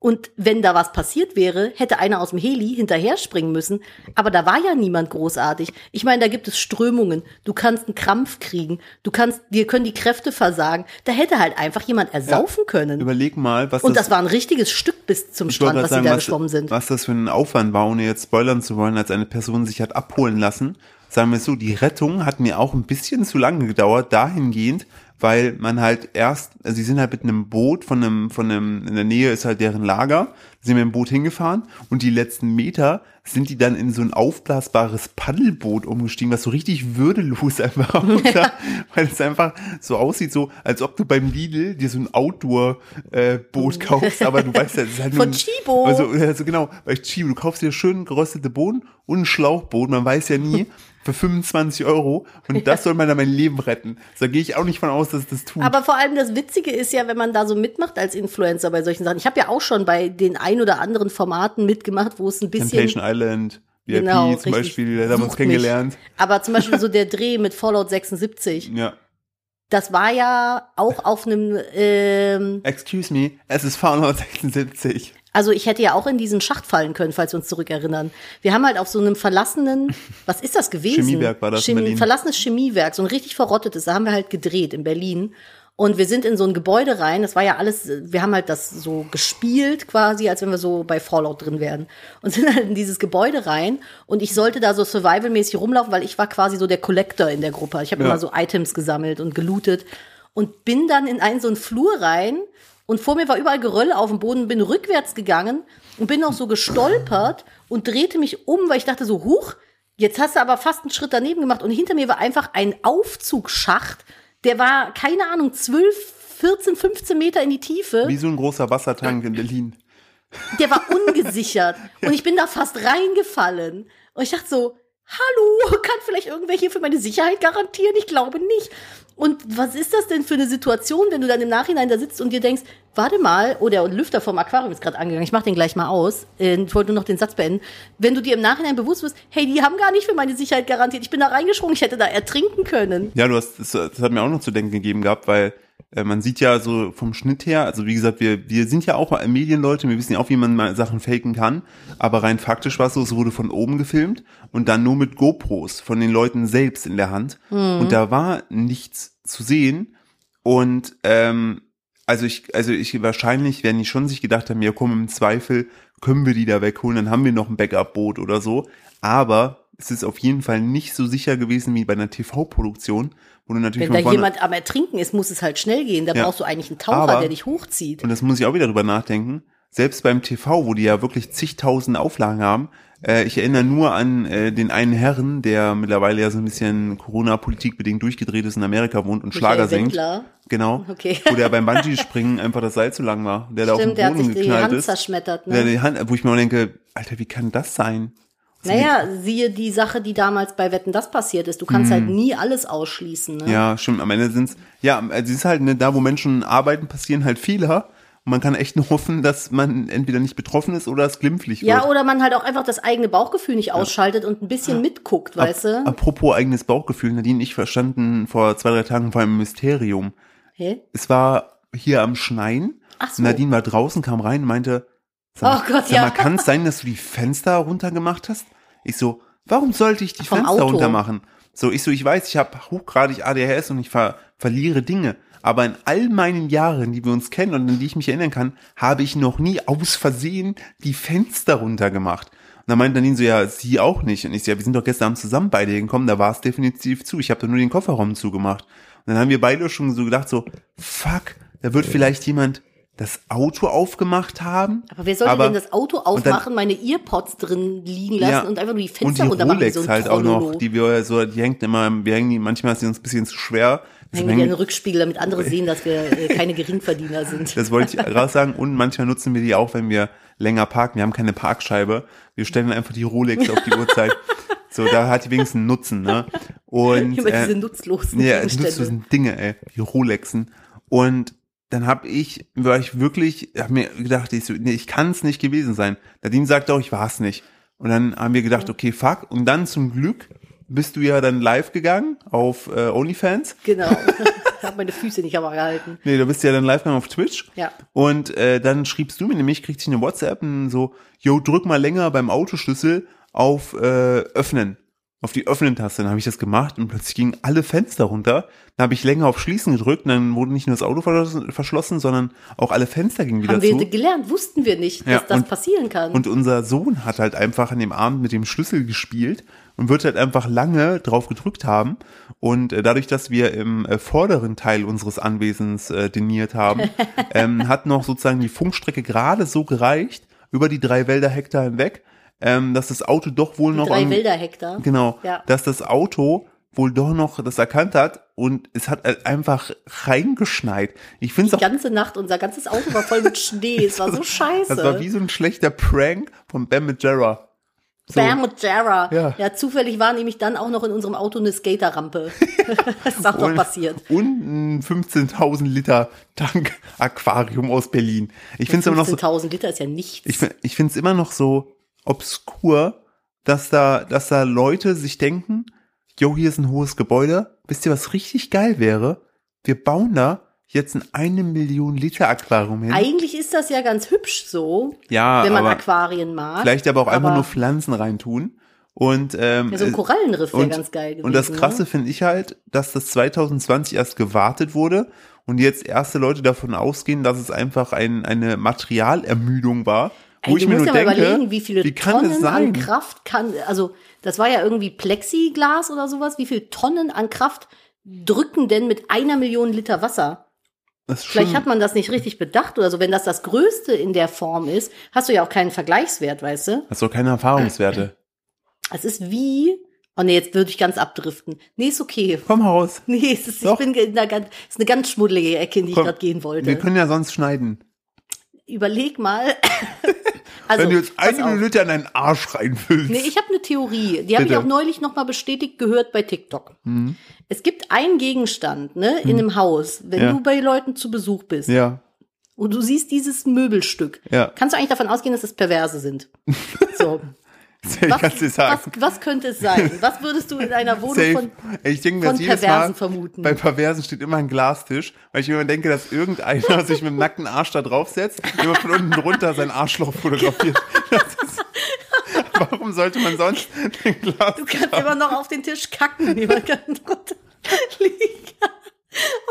B: Und wenn da was passiert wäre, hätte einer aus dem Heli hinterher springen müssen. Aber da war ja niemand großartig. Ich meine, da gibt es Strömungen. Du kannst einen Krampf kriegen. Du kannst, dir können die Kräfte versagen. Da hätte halt einfach jemand ersaufen können.
C: Überleg mal, was
B: Und
C: das
B: das war ein richtiges Stück bis zum
C: Ich wollte
B: Strand, was
C: grad
B: sie da
C: was,
B: geschwommen sind.
C: was das für ein Aufwand war, ohne jetzt spoilern zu wollen, als eine Person sich hat abholen lassen. Sagen wir es so, die Rettung hat mir auch ein bisschen zu lange gedauert, dahingehend, weil man halt erst, also sie sind halt mit einem Boot von einem, von einem, in der Nähe ist halt deren Lager, sind mit dem Boot hingefahren und die letzten Meter sind die dann in so ein aufblasbares Paddelboot umgestiegen, was so richtig würdelos *laughs* einfach aussah, weil es einfach so aussieht, so als ob du beim Lidl dir so ein Outdoor-Boot kaufst, aber du weißt ja, es ist halt nur
B: Von
C: ein-
B: Chibo.
C: Also also genau, bei Chibo, du kaufst dir schön geröstete Bohnen und einen Schlauchboden, man weiß ja
B: *laughs*
C: nie, für 25 Euro und das soll mir dann mein Leben retten. So, Da gehe ich auch nicht von aus, dass es das tut.
B: Aber vor allem das Witzige ist ja, wenn man da so mitmacht als Influencer bei solchen Sachen. Ich habe ja auch schon bei den ein oder anderen Formaten mitgemacht, wo es ein bisschen
C: Temptation Island, VIP
B: Genau,
C: zum
B: richtig.
C: Beispiel, da haben wir uns
B: Sucht mich.
C: kennengelernt.
B: Aber zum Beispiel so der Dreh mit
C: *laughs*
B: Fallout 76,
C: Ja.
B: das war ja auch auf einem, ähm,
C: Excuse me, es ist Fallout 76.
B: Also ich hätte ja auch in diesen Schacht fallen können, falls wir uns zurückerinnern. Wir haben halt auf so einem verlassenen, was ist das gewesen?
C: Chemiewerk war das in
B: Chemie,
C: Berlin.
B: Verlassenes Chemiewerk, so ein richtig verrottetes, da haben wir halt gedreht in Berlin. Und wir sind in so ein Gebäude rein, das war ja alles, äh, wir haben halt das so gespielt quasi, als wenn wir so bei Fallout drin wären. Und sind halt in dieses Gebäude rein und ich sollte da so survivalmäßig rumlaufen, weil ich war quasi so der Collector in der Gruppe. Ich habe
C: Ja.
B: immer so Items gesammelt und gelootet und bin dann in einen so einen Flur rein und vor mir war überall Geröll auf dem Boden, bin rückwärts gegangen und bin noch so gestolpert und drehte mich um, weil ich dachte so, huch, jetzt hast du aber fast einen Schritt daneben gemacht und hinter mir war einfach ein Aufzugsschacht, der war, keine Ahnung, 12, 14, 15 Meter in die Tiefe.
C: Wie so ein großer Wassertank in Berlin.
B: Der war ungesichert. Und ich bin da fast reingefallen. Und ich dachte so, hallo, kann vielleicht irgendwer hier für meine Sicherheit garantieren? Ich glaube nicht. Und was ist das denn für eine Situation, wenn du dann im Nachhinein da sitzt und dir denkst, warte mal, oh, der Lüfter vom Aquarium ist gerade angegangen, ich mach den gleich mal aus. Äh, Ich wollte nur noch den Satz beenden. Wenn du dir im Nachhinein bewusst wirst, hey, die haben gar nicht für meine Sicherheit garantiert, ich bin da reingesprungen, ich hätte da ertrinken können.
C: Ja, du hast, das, das hat mir auch noch zu denken gegeben gehabt, weil äh, man sieht ja so vom Schnitt her, also wie gesagt, wir, wir sind ja auch Medienleute, wir wissen ja auch, wie man mal Sachen faken kann, aber rein faktisch war es so, es wurde von oben gefilmt und dann nur mit GoPros von den Leuten selbst in der Hand und da war nichts zu sehen und ähm, also ich, also ich wahrscheinlich werden die schon sich gedacht haben, ja komm, im Zweifel können wir die da wegholen, dann haben wir noch ein Backup-Boot oder so. Aber es ist auf jeden Fall nicht so sicher gewesen wie bei einer TV-Produktion, wo du natürlich
B: Wenn
C: von
B: da
C: vorne-
B: jemand am Ertrinken ist, muss es halt schnell gehen. Da
C: Ja.
B: brauchst du eigentlich einen Taucher,
C: Aber-
B: der dich hochzieht.
C: und das muss ich auch wieder drüber nachdenken. Selbst beim TV, wo die ja wirklich zigtausend Auflagen haben, äh, ich erinnere nur an äh, den einen Herren, der mittlerweile ja so ein bisschen Corona-Politik bedingt durchgedreht ist, in Amerika wohnt und Schlager singt.
B: Wendler.
C: Genau.
B: Okay.
C: Wo der beim Bungee-Springen einfach das Seil zu lang war. Der
B: Stimmt,
C: da
B: der
C: auf
B: hat
C: den Boden
B: sich die
C: geknallt
B: Hand
C: ist.
B: zerschmettert, ne?
C: Ja, die Hand, wo ich mir auch denke, Alter, wie kann das sein?
B: Naja, siehe die Sache, die damals bei Wetten das passiert ist. Du kannst halt nie alles ausschließen. Ne?
C: Mhm. Ja, stimmt. Am Ende sind's ja, also es ist halt ne, da, wo Menschen arbeiten, passieren halt Fehler. Und man kann echt nur hoffen, dass man entweder nicht betroffen ist oder es glimpflich
B: Ja,
C: wird.
B: oder man halt auch einfach das eigene Bauchgefühl nicht ausschaltet und ein bisschen mitguckt, weißt du?
C: Apropos eigenes Bauchgefühl, Nadine und ich verstanden vor zwei, drei Tagen vor einem Mysterium.
B: Hä?
C: Es war hier am Schneien.
B: Ach so.
C: Nadine war draußen, kam rein und meinte, sag,
B: Oh Gott,
C: sag mal,
B: ja.
C: kann es sein, dass du die Fenster runtergemacht hast? Ich so, warum sollte ich die
B: Vom
C: Fenster
B: Auto.
C: runter machen? So, ich so, ich weiß, ich habe hochgradig ADHS und ich ver verliere Dinge. Aber in all meinen Jahren, die wir uns kennen und an die ich mich erinnern kann, habe ich noch nie aus Versehen die Fenster runtergemacht. Und dann meinte Nadine so, ja, sie auch nicht. Und ich so, ja, wir sind doch gestern Abend zusammen beide hingekommen, da war es definitiv zu. Ich habe da nur den Kofferraum zugemacht. Und dann haben wir beide schon so gedacht, so, fuck, da
B: Äh.
C: wird vielleicht jemand das Auto aufgemacht haben.
B: Aber wer sollte
C: aber-
B: denn das Auto
C: und dann-
B: aufmachen, meine Earpods drin liegen lassen und einfach nur die Fenster
C: und die
B: runtermachen? wie
C: Rolex
B: so ein
C: halt auch
B: Trollolo?
C: noch, die wir so, die hängt immer, wir hängen die, manchmal ist die uns ein bisschen zu schwer. Deswegen
B: Hängen wir in den
C: hängen- Oh.
B: Rückspiegel, damit andere sehen, dass wir äh, keine
C: *laughs*
B: Geringverdiener sind.
C: das wollte ich gerade sagen. Und manchmal nutzen wir die auch, wenn wir länger parken. Wir haben keine Parkscheibe. Wir stellen einfach die Rolex auf die
B: *laughs*
C: Uhrzeit. So, da hat die wenigstens einen Nutzen, ne? Und,
B: Immer
C: äh,
B: diese nutzlosen
C: Ja, es
B: Gegenstände.
C: nutzlosen Dinge, ey, die Rolexen. Und dann hab ich, war ich wirklich, hab mir gedacht, ich, so, nee, ich kann es nicht gewesen sein. Nadine sagt auch, ich war's nicht. Und dann haben wir gedacht, okay, fuck. Und dann zum Glück bist du ja dann live gegangen auf äh, OnlyFans.
B: Genau. *laughs* ich habe meine Füße nicht aber gehalten.
C: Nee, du bist ja dann live gegangen auf Twitch.
B: Ja.
C: Und äh, dann schriebst du mir nämlich, kriegst du eine WhatsApp und so, yo, drück mal länger beim Autoschlüssel auf äh, Öffnen. Auf die Öffnen-Taste. Dann habe ich das gemacht und plötzlich gingen alle Fenster runter. Dann habe ich länger auf Schließen gedrückt und dann wurde nicht nur das Auto verschlossen, verschlossen sondern auch alle Fenster gingen wieder
B: Haben wir
C: zu.
B: gelernt, wussten wir nicht, dass
C: Ja,
B: das
C: und-
B: passieren kann.
C: Und unser Sohn hat halt einfach an dem Abend mit dem Schlüssel gespielt und wird halt einfach lange drauf gedrückt haben. Und äh, dadurch, dass wir im äh, vorderen Teil unseres Anwesens äh, diniert haben,
B: *laughs*
C: ähm, hat noch sozusagen die Funkstrecke gerade so gereicht, über die drei Wälder Hektar hinweg, ähm, dass das Auto doch wohl noch
B: Drei
C: am-
B: Wälderhektar.
C: Genau,
B: Ja.
C: dass das Auto wohl doch noch das erkannt hat und es hat halt einfach reingeschneit. Ich finde es
B: Die
C: auch
B: ganze Nacht, unser ganzes Auto war voll mit Schnee. Es war so scheiße.
C: *laughs* das war wie so ein schlechter Prank von Ben Majera. So.
B: Bam und Jara.
C: Ja.
B: Ja. zufällig war nämlich dann auch noch in unserem Auto eine Skaterrampe.
C: *laughs*
B: *laughs* das ist auch
C: Und-
B: noch passiert.
C: Und ein 15.000 Liter Tank Aquarium aus Berlin. Ich finde es immer noch so,
B: 15.000 Liter ist ja nichts.
C: ich, fin- ich find's immer noch so obskur, dass da, dass da Leute sich denken, jo, hier ist ein hohes Gebäude. Wisst ihr, was richtig geil wäre? Wir bauen da jetzt ein eine Million Liter Aquarium hin.
B: Eigentlich ist ist das ja ganz hübsch so,
C: Ja,
B: wenn man
C: Ah, aber
B: Aquarien mag.
C: vielleicht aber auch einfach
B: aber-
C: nur Pflanzen reintun. Und, ähm,
B: Ja, so ein Korallenriff wäre
C: und,
B: ganz geil gewesen.
C: und das
B: ne?
C: Krasse finde ich halt, dass das 2020 erst gewartet wurde und jetzt erste Leute davon ausgehen, dass es einfach ein, eine Materialermüdung war. Wo
B: Ey,
C: ich
B: Also du
C: mir
B: musst
C: nur
B: ja
C: denke,
B: mal überlegen, wie viele
C: wie kann
B: Tonnen
C: es
B: an
C: sein?
B: Kraft kann, also das war ja irgendwie Plexiglas oder sowas, wie viele Tonnen an Kraft drücken denn mit einer Million Liter Wasser?
C: Das ist
B: Vielleicht
C: schon-
B: hat man das nicht richtig bedacht oder so. Wenn das das Größte in der Form ist, hast du ja auch keinen Vergleichswert, weißt du?
C: Hast doch keine Erfahrungswerte.
B: Äh, Es ist wie, oh nee, jetzt würde ich ganz abdriften. Nee, ist okay. *laughs*
C: Komm raus.
B: Nee, es ist, ich
C: Doch.
B: bin in einer ganz, es ist eine ganz schmuddelige Ecke, in die
C: Komm,
B: ich gerade gehen
C: Wir
B: wollte.
C: können ja sonst schneiden. *laughs*
B: Überleg mal. also,
C: Wenn du jetzt
B: pass
C: eine
B: auf.
C: Minute an deinen Arsch reinfüllst.
B: Nee, ich habe eine Theorie. Die habe ich
C: Bitte. Mhm.
B: auch neulich nochmal bestätigt gehört bei TikTok. Es gibt einen Gegenstand ne, in einem Haus, wenn
C: Ja.
B: du bei Leuten zu Besuch bist
C: ja, *laughs*
B: und du siehst dieses Möbelstück,
C: ja.
B: kannst du eigentlich davon ausgehen, dass es
C: *laughs*
B: Perverse sind. So.
C: Ich kann's dir
B: was,
C: sagen.
B: was könnte es sein? Was würdest du in einer Wohnung
C: Safe.
B: von
C: ich denke mir
B: von
C: das jedes
B: Perversen
C: Mal,
B: vermuten.
C: bei Perversen steht immer ein Glastisch, weil ich mir immer denke, dass irgendeiner *laughs* sich mit dem nackten Arsch da draufsetzt, immer von unten runter sein Arschloch fotografiert. Das ist, *laughs* warum sollte man sonst den Glas?
B: Du kannst immer noch auf den Tisch kacken, jemand kann drunter liegen.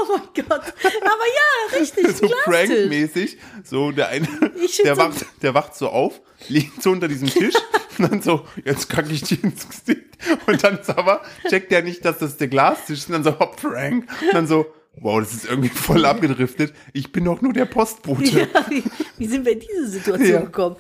B: Oh mein Gott. Aber ja,
C: *laughs*
B: richtig.
C: so
B: Glastisch.
C: prankmäßig, so der eine,
B: Ich find
C: der
B: so-
C: wacht, der wacht so auf, liegt so unter diesem
B: *laughs*
C: Tisch und dann so, jetzt kacke ich dir ins Gesicht. Und dann ist aber, checkt er nicht, dass das der Glastisch ist und dann so, hopp, prank. Und dann so, wow, das ist irgendwie voll abgedriftet. Ich bin doch nur der Postbote.
B: Ja, wie, wie sind wir in diese Situation
C: Ja.
B: gekommen?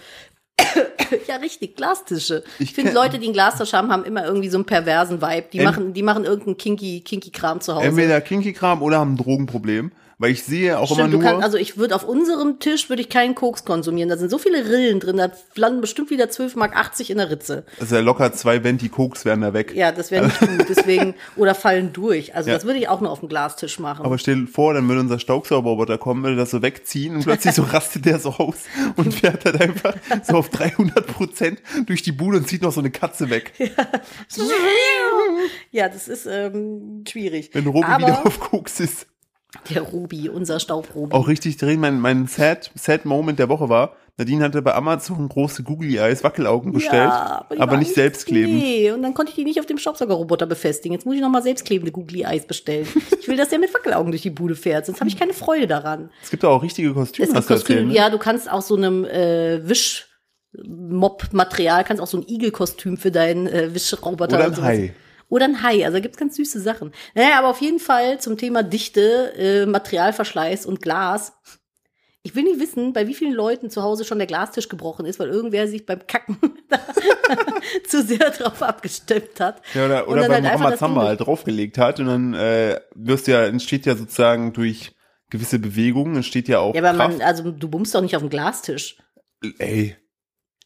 B: ja, richtig, Glastische. Ich
C: Ich
B: finde,
C: kenn-
B: Leute, die einen Glastisch haben, haben immer irgendwie so einen perversen Vibe. Die,
C: Ent-
B: machen, die machen irgendeinen kinky, kinky Kram zu Hause.
C: Entweder Kinky-Kram oder haben ein Drogenproblem. Weil ich sehe auch
B: Stimmt,
C: immer
B: du
C: nur,
B: kannst, also ich würde auf unserem Tisch würde ich keinen Koks konsumieren. Da sind so viele Rillen drin, da landen bestimmt wieder 12,80 Mark in der Ritze.
C: also locker zwei Venti-Koks wären da weg.
B: Ja, das wäre nicht gut,
C: *laughs*
B: deswegen, oder fallen durch. Also
C: Ja.
B: das würde ich auch nur auf dem Glastisch machen.
C: Aber stell dir vor, dann würde unser Staubsaugerroboter kommen, würde das so wegziehen und plötzlich
B: *laughs*
C: so rastet der so aus und fährt halt einfach so auf 300 Prozent durch die Bude und zieht noch so eine Katze weg.
B: ja, das ist ähm, schwierig.
C: Wenn Robi
B: Aber
C: wieder auf Koks ist.
B: der Ruby, unser Staubrubi.
C: Auch richtig drehen, mein, mein sad, sad Moment der Woche war, Nadine hatte bei Amazon große Googly Eyes Wackelaugen bestellt,
B: die
C: aber
B: waren
C: nicht selbst kleben.
B: Nee, und dann konnte ich die nicht auf dem Staubsaugerroboter befestigen. Jetzt muss ich nochmal selbstklebende Googly Eyes bestellen. Ich will, dass der mit Wackelaugen durch die Bude fährt, sonst habe ich keine Freude daran.
C: Es gibt auch richtige Kostüme,
B: Es
C: hast
B: gibt
C: du erzählt.
B: Kostüme,
C: ne?
B: ja, du kannst aus so einem äh, Wisch Mob-Material, kannst auch so ein Igel-Kostüm für deinen äh, Wischroboter
C: Oder
B: und
C: ein
B: sowas.
C: Hai.
B: Oder ein Hai, also da gibt's ganz süße Sachen. Naja, aber auf jeden Fall zum Thema Dichte, äh, Materialverschleiß und Glas. Ich will nicht wissen, bei wie vielen Leuten zu Hause schon der Glastisch gebrochen ist, weil irgendwer sich beim Kacken *laughs* zu sehr drauf abgestimmt hat.
C: Ja, oder,
B: Und
C: oder
B: dann
C: bei
B: halt einfach
C: Muhammad
B: das
C: Samba
B: Ding-
C: halt draufgelegt hat und dann äh, wirst du ja, entsteht ja sozusagen durch gewisse Bewegungen, entsteht ja auch
B: Ja, aber
C: Kraft.
B: man, also du bummst doch nicht auf dem Glastisch.
C: Ey,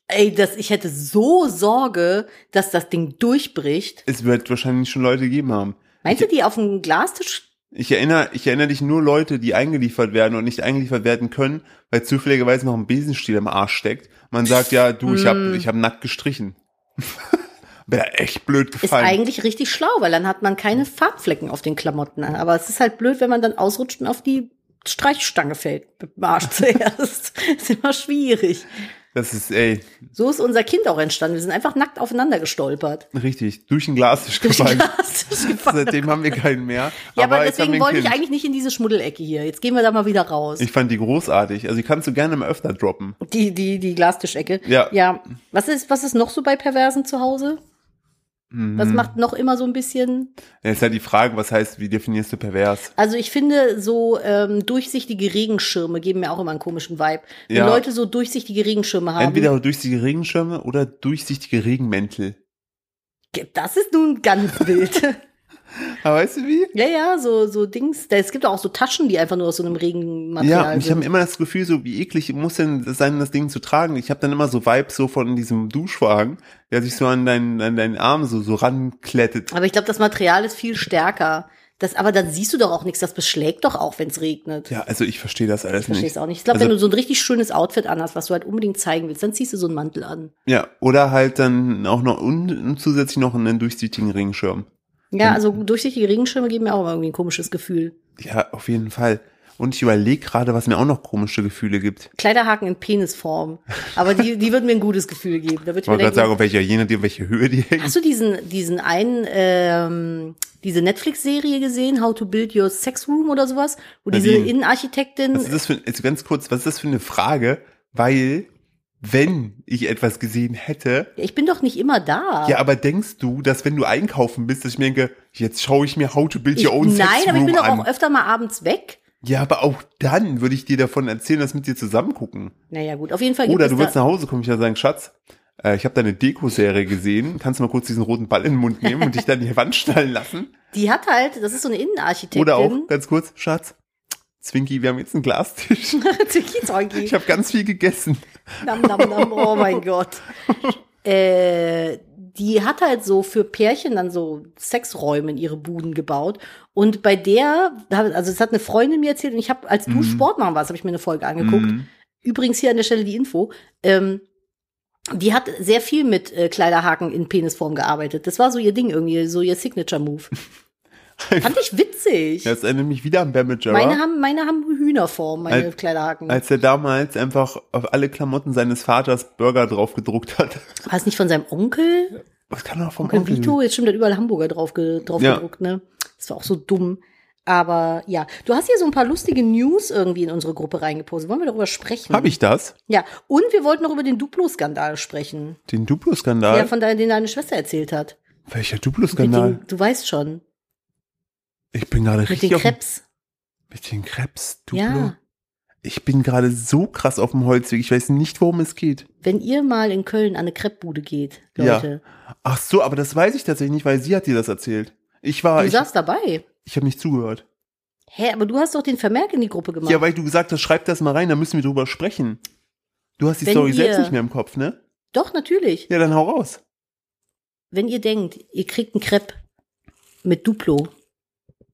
B: Ey, das, ich hätte so Sorge, dass das Ding durchbricht.
C: es wird wahrscheinlich schon Leute gegeben haben.
B: Meinst du, die auf dem Glastisch?
C: Ich erinnere, ich erinnere dich nur Leute, die eingeliefert werden und nicht eingeliefert werden können, weil zufälligerweise noch ein Besenstiel im Arsch steckt. Man sagt ja, du, ich hab,
B: Hm.
C: ich hab nackt gestrichen. *laughs* Wäre echt blöd
B: Ist
C: gefallen.
B: eigentlich richtig schlau, weil dann hat man keine Farbflecken auf den Klamotten. Aber es ist halt blöd, wenn man dann ausrutscht und auf die Streichstange fällt. Mit dem Arsch zuerst. *laughs* ist immer schwierig.
C: Das ist, ey,
B: So ist unser Kind auch entstanden. Wir sind einfach nackt aufeinander gestolpert.
C: richtig, durch ein Glas ist
B: Durch den
C: gefallen.
B: Glastisch gefallen.
C: *laughs* Seitdem haben wir keinen mehr.
B: Ja, aber,
C: jetzt haben wir
B: deswegen
C: ein
B: wollte ich
C: Kind.
B: eigentlich nicht in diese Schmuddelecke hier. Jetzt gehen wir da mal wieder raus.
C: Ich fand die großartig. Also die kannst du gerne mal öfter droppen.
B: die, die, die Glastischecke.
C: Ja.
B: Ja. Was ist, was ist noch so bei Perversen zu Hause? Was
C: Mhm.
B: macht noch immer so ein bisschen
C: Jetzt ist halt die Frage, was heißt, wie definierst du pervers?
B: Also ich finde, so ähm, durchsichtige Regenschirme geben mir auch immer einen komischen Vibe. Wenn
C: Ja.
B: Leute so durchsichtige Regenschirme haben,
C: Entweder durchsichtige Regenschirme oder durchsichtige Regenmäntel.
B: das ist nun ganz *laughs* wild.
C: Aber weißt du wie?
B: ja, ja, so, so Dings. Da- Es gibt auch so Taschen, die einfach nur aus so einem
C: Ja,
B: Regenmaterial
C: und ich habe
B: sind.
C: immer das Gefühl, so wie eklig muss denn das sein, das Ding zu tragen. Ich habe dann immer so Vibes so von diesem Duschwagen, der sich so an deinen, an deinen Arm so, so ranklettet.
B: Aber ich glaube, das Material ist viel stärker. Das, aber dann siehst du doch auch nichts. Das beschlägt doch auch, wenn es regnet.
C: Ja, also ich verstehe das alles
B: Verstehst
C: nicht.
B: auch nicht. Ich glaube,
C: Also-
B: wenn du so ein richtig schönes Outfit anhast, was du halt unbedingt zeigen willst, dann ziehst du so einen Mantel an.
C: Ja, oder halt dann auch noch und, und zusätzlich noch einen durchsichtigen Regenschirm.
B: Ja, also durchsichtige Regenschirme geben mir auch immer irgendwie ein komisches Gefühl.
C: Ja, auf jeden Fall. Und ich überlege gerade, was mir auch noch komische Gefühle gibt.
B: Kleiderhaken in Penisform. Aber die, die wird mir ein gutes Gefühl geben. Da wird
C: Ich
B: mir
C: wollte gerade
B: denken,
C: sagen, auf welcher, je nachdem, welche Höhe die hängt.
B: hast du diesen, diesen einen, ähm, diese Netflix-Serie gesehen, How to Build Your Sex Room oder sowas? Wo diese
C: Nadine.
B: Innenarchitektin,
C: Was ist das für, jetzt ganz kurz, was ist das für eine Frage? Weil, wenn ich etwas gesehen hätte,
B: ich bin doch nicht immer da.
C: ja, aber denkst du, dass wenn du einkaufen bist, dass ich mir denke, jetzt schaue ich mir How to Build
B: ich,
C: Your Own
B: nein,
C: Sex
B: aber ich
C: Room
B: bin doch
C: an?
B: auch öfter mal abends weg.
C: ja, aber auch dann würde ich dir davon erzählen, dass mit dir zusammen gucken.
B: Naja, gut, auf jeden Fall gibt
C: Oder
B: es
C: du würdest
B: da,
C: nach Hause kommen, ich würde sagen, Schatz, äh, ich habe deine Deko-Serie gesehen, kannst du mal kurz diesen roten Ball in den Mund nehmen und dich dann in die Wand schnallen
B: *laughs*
C: lassen?
B: die hat halt, das ist so eine Innenarchitektin.
C: Oder
B: *laughs*
C: auch, ganz kurz, Schatz, Zwinki, wir haben jetzt einen Glastisch.
B: Tiki-Tolki.
C: Ich habe ganz viel gegessen.
B: Nam, nam, nam,
C: *laughs*
B: oh mein Gott. Äh, die hat halt so für Pärchen dann so Sexräume in ihre Buden gebaut. Und bei der, also es hat eine Freundin mir erzählt, und ich habe, als du Sport machen warst, habe ich mir eine Folge angeguckt.
C: Mhm.
B: Übrigens hier an der Stelle die Info. Ähm, die hat sehr viel mit äh, Kleiderhaken in Penisform gearbeitet. Das war so ihr Ding irgendwie, so
C: *laughs*
B: ihr Signature-Move. Fand ich witzig.
C: Das erinnert mich wieder an Bam
B: meine,
C: Jarrah,
B: haben, meine haben Hühnerform, meine
C: Als-
B: Kleiderhaken.
C: als er damals einfach auf alle Klamotten seines Vaters Burger drauf gedruckt hat. *laughs*
B: war es nicht von seinem Onkel?
C: Was kann er vom
B: Onkel
C: Onkel?
B: Vito, jetzt stimmt, hat überall Hamburger drauf, ge drauf
C: Ja.
B: gedruckt, ne? Das war auch so dumm. Aber ja, du hast hier so ein paar lustige News irgendwie in unsere Gruppe reingepostet. Wollen wir darüber sprechen?
C: Habe ich das?
B: Ja, und wir wollten noch über den Duplo-Skandal sprechen.
C: Den Duplo-Skandal?
B: Ja, von de den deine Schwester erzählt hat.
C: Welcher
B: Mit
C: Duplo-Skandal?
B: den, du weißt schon,
C: Ich bin gerade
B: mit
C: richtig
B: den
C: auf dem-
B: Krebs.
C: Mit den Krebs, Duplo.
B: Ja,
C: Ich bin gerade so krass auf dem Holzweg. Ich weiß nicht, worum es geht.
B: wenn ihr mal in Köln an eine Kreppbude geht,
C: Ja.
B: Leute.
C: Ach so, aber das weiß ich tatsächlich nicht, weil sie hat dir das erzählt. Ich war,
B: Du
C: Ah, ich,
B: saßt dabei.
C: ich habe nicht zugehört.
B: Hä, aber du hast doch den Vermerk in die Gruppe gemacht.
C: Ja, weil du gesagt hast, schreib das mal rein, da müssen wir drüber sprechen. Du hast die
B: Wenn
C: Story
B: ihr-
C: selbst nicht mehr im Kopf, ne?
B: doch, natürlich.
C: Ja, dann hau raus.
B: wenn ihr denkt, ihr kriegt einen Crepe mit Duplo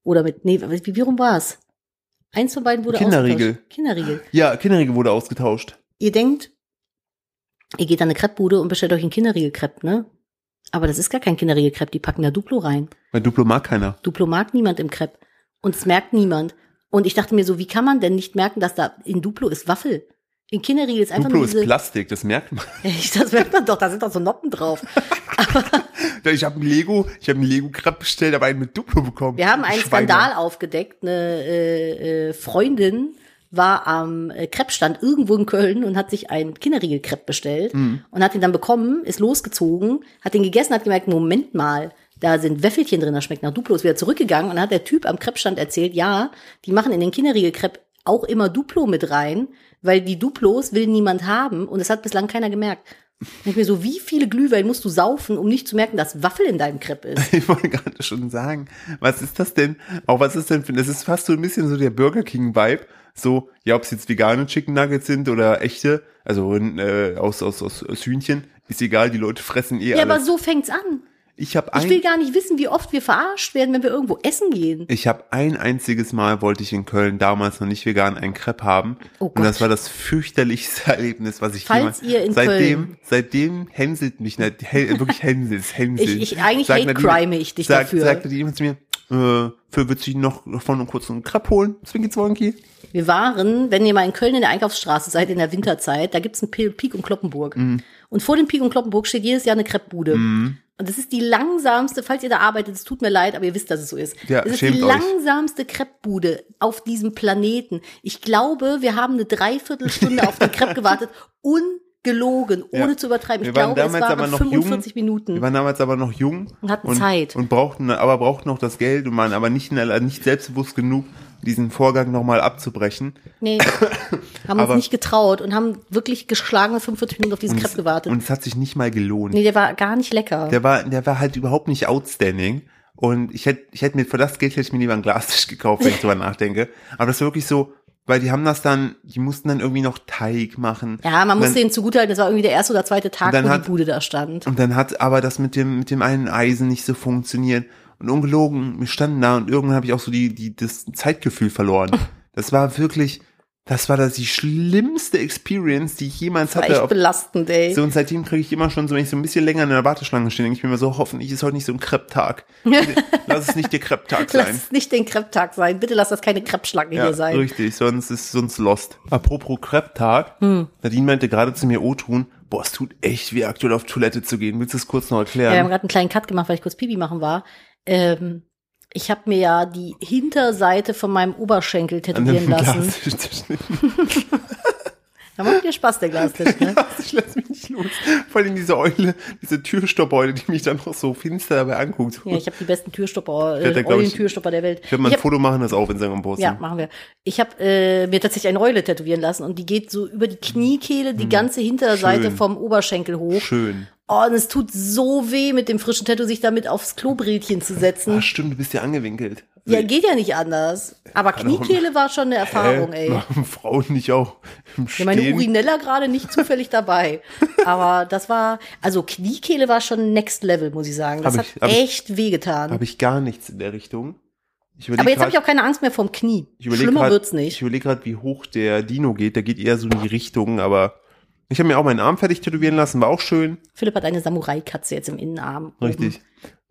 B: oder mit, nee, wie, wie rum war's? Eins von beiden wurde
C: Kinderriegel.
B: ausgetauscht. Kinderriegel.
C: Ja, Kinderriegel wurde ausgetauscht.
B: Ihr denkt, ihr geht an eine Crepe-Bude und bestellt euch einen Kinderriegel-Crepe, ne? Aber das ist gar kein Kinderriegel-Crepe, die packen da Duplo rein.
C: Weil Duplo mag keiner.
B: Duplo mag niemand im Crepe. Und es merkt niemand. Und ich dachte mir so, wie kann man denn nicht merken, dass da in Duplo ist Waffel? In Kinderriegel ist einfach
C: Duplo
B: nur
C: ist
B: diese... *laughs*
C: Plastik, das merkt man. *laughs*
B: Echt, das merkt man doch, da sind doch so Noppen drauf.
C: Ich habe ein Lego, ich habe ein Lego Crepe bestellt, aber einen mit Duplo bekommen.
B: Wir haben einen
C: Schweine.
B: Skandal aufgedeckt. Eine äh, äh, Freundin war am äh, Kreppstand irgendwo in Köln und hat sich ein Kinderriegel-Krepp bestellt und hat ihn dann bekommen, ist losgezogen, hat ihn gegessen, hat gemerkt, Moment mal, da sind Wäffelchen drin, das schmeckt nach Duplo, ist wieder zurückgegangen und dann hat der Typ am Kreppstand erzählt, ja, die machen in den Kinderriegel-Krepp auch immer Duplo mit rein, weil die Duplos will niemand haben und es hat bislang keiner gemerkt. Und ich mir so, wie viele Glühwein musst du saufen, um nicht zu merken, dass Waffel in deinem Krepp ist?
C: *laughs* Ich wollte gerade schon sagen, was ist das denn? Auch was ist denn für, das ist fast so ein bisschen so der Burger King Vibe. So, ja, ob es jetzt vegane Chicken Nuggets sind oder echte, also äh, aus, aus, aus, aus Hühnchen, ist egal, die Leute fressen eh
B: Ja, aber
C: alles.
B: so fängt's an.
C: ich habe
B: Ich will
C: ein,
B: gar nicht wissen, wie oft wir verarscht werden, wenn wir irgendwo essen gehen.
C: ich hab ein einziges Mal wollte ich in Köln damals noch nicht vegan einen Crepe haben.
B: Oh
C: Und
B: Gott.
C: das war das fürchterlichste *laughs* Erlebnis, was ich
B: Falls
C: jemals,
B: ihr in
C: seitdem,
B: Köln-
C: seitdem hänselt mich, ne, hä- wirklich hänselt, hänselt.
B: Ich- ich- eigentlich
C: Sagt
B: hate
C: Nadine-
B: crime ich dich
C: sagt,
B: dafür.
C: Sagte die jemand zu mir, äh, für wird sich noch von kurz einen Crepe holen, Zwinki Zwonki.
B: Wir waren, wenn ihr mal in Köln in der Einkaufsstraße seid, in der Winterzeit, da gibt's einen Pi- Pik und Kloppenburg.
C: Mhm.
B: Und vor dem Pik und Kloppenburg steht jedes Jahr eine Kreppbude. Und das ist die langsamste, falls ihr da arbeitet, es tut mir leid, aber ihr wisst, dass es so ist.
C: Ja,
B: das ist die
C: schämt euch.
B: langsamste Kreppbude auf diesem Planeten. Ich glaube, wir haben eine Dreiviertelstunde auf den Krepp gewartet. *laughs* Ungelogen, ohne
C: Ja.
B: zu übertreiben. Ich
C: Wir waren
B: glaube, es
C: damals
B: waren
C: aber noch
B: 45 Minuten.
C: Wir waren damals aber noch jung.
B: Und hatten Zeit.
C: Und brauchten, aber brauchten noch das Geld und waren aber nicht, in der- nicht selbstbewusst genug, diesen Vorgang nochmal abzubrechen. *coughs*
B: Nee, haben
C: Aber-
B: uns nicht getraut und haben wirklich geschlagene 45 Minuten auf diesen Crepe gewartet.
C: Und es hat sich nicht mal gelohnt.
B: nee, der war gar nicht lecker.
C: Der war, der war halt überhaupt nicht outstanding. Und ich hätte, ich hätte mir für das Geld hätte ich mir lieber einen Glastisch gekauft, wenn ich
B: *laughs*
C: drüber nachdenke. Aber das war wirklich so, weil die haben das dann, die mussten dann irgendwie noch Teig machen.
B: ja, man
C: Und
B: muss
C: dann,
B: denen zugutehalten, das war irgendwie der erste oder zweite Tag,
C: Und dann
B: wo
C: hat-
B: die Bude da stand.
C: Und dann hat aber das mit dem, mit dem einen Eisen nicht so funktioniert. Und
B: *laughs*
C: ungelogen, wir standen da und irgendwann habe ich auch so die, die, das Zeitgefühl verloren. Das war wirklich, Das war das die schlimmste Experience, die ich jemals
B: War
C: hatte.
B: echt
C: Auf,
B: belastend, ey.
C: so und seitdem kriege ich immer schon so, wenn ich so ein bisschen länger in der Warteschlange stehe, denke ich mir immer so, hoffentlich ist heute nicht so ein
B: *laughs*
C: Krepptag. Lass es nicht der Krepptag
B: lass
C: sein.
B: es nicht den Krepptag sein. Bitte lass das keine Kreppschlange hier sein.
C: richtig, sonst ist sonst lost. Apropos Krepptag,
B: Hm.
C: Nadine meinte gerade zu mir O-Tun, boah, es tut echt weh, aktuell auf Toilette zu gehen. Willst du es kurz noch
B: Ja, wir haben
C: erklären?
B: gerade einen kleinen Cut gemacht, weil ich kurz Pipi machen war. Ähm, ich habe mir ja die Hinterseite von meinem Oberschenkel
C: An
B: tätowieren
C: dem
B: lassen.
C: Glas.
B: Da macht dir Spaß, der
C: *laughs*
B: Glastisch, ne?
C: Ich lasse mich nicht los. Vor allem diese Eule, diese Türstoppeule, die mich dann noch so finster dabei anguckt.
B: Ja, ich habe die besten Türstopper,
C: Ich hätte,
B: äh,
C: glaub ich-
B: Eulen-Türstopper der Welt.
C: ich werde mal ein
B: Ich hab-
C: Foto machen, das auf Instagram posten.
B: Ja, machen wir. Ich habe äh, mir tatsächlich eine Eule tätowieren lassen und die geht so über die Kniekehle, die ganze Hinterseite
C: Hm. Schön.
B: vom Oberschenkel hoch.
C: Schön.
B: Oh, und es tut so weh, mit dem frischen Tattoo sich damit aufs Klobrötchen zu setzen.
C: Ah, stimmt, du bist ja angewinkelt.
B: Ja, geht ja nicht anders. Aber
C: auch-
B: Kniekehle war schon eine Erfahrung,
C: *laughs*
B: ey.
C: Machen Frauen nicht auch im
B: Ja, meine
C: Stehen?
B: Urinella gerade nicht
C: *laughs*
B: zufällig dabei. Aber das war, also Kniekehle war schon Next Level, muss ich sagen. Das
C: Hab
B: hat
C: ich- hab ich-
B: echt wehgetan.
C: Habe ich gar nichts in der Richtung. Ich überleg
B: Aber jetzt habe
C: grad-
B: ich auch keine Angst mehr vom Knie.
C: Ich überleg
B: Schlimmer
C: grad,
B: wird's
C: Ich
B: nicht.
C: überlege gerade, wie hoch der Dino geht. Der geht eher so in die Richtung, aber ich habe mir auch meinen Arm fertig tätowieren lassen, war auch schön.
B: Philipp hat eine Samurai-Katze jetzt im Innenarm. oben.
C: Richtig.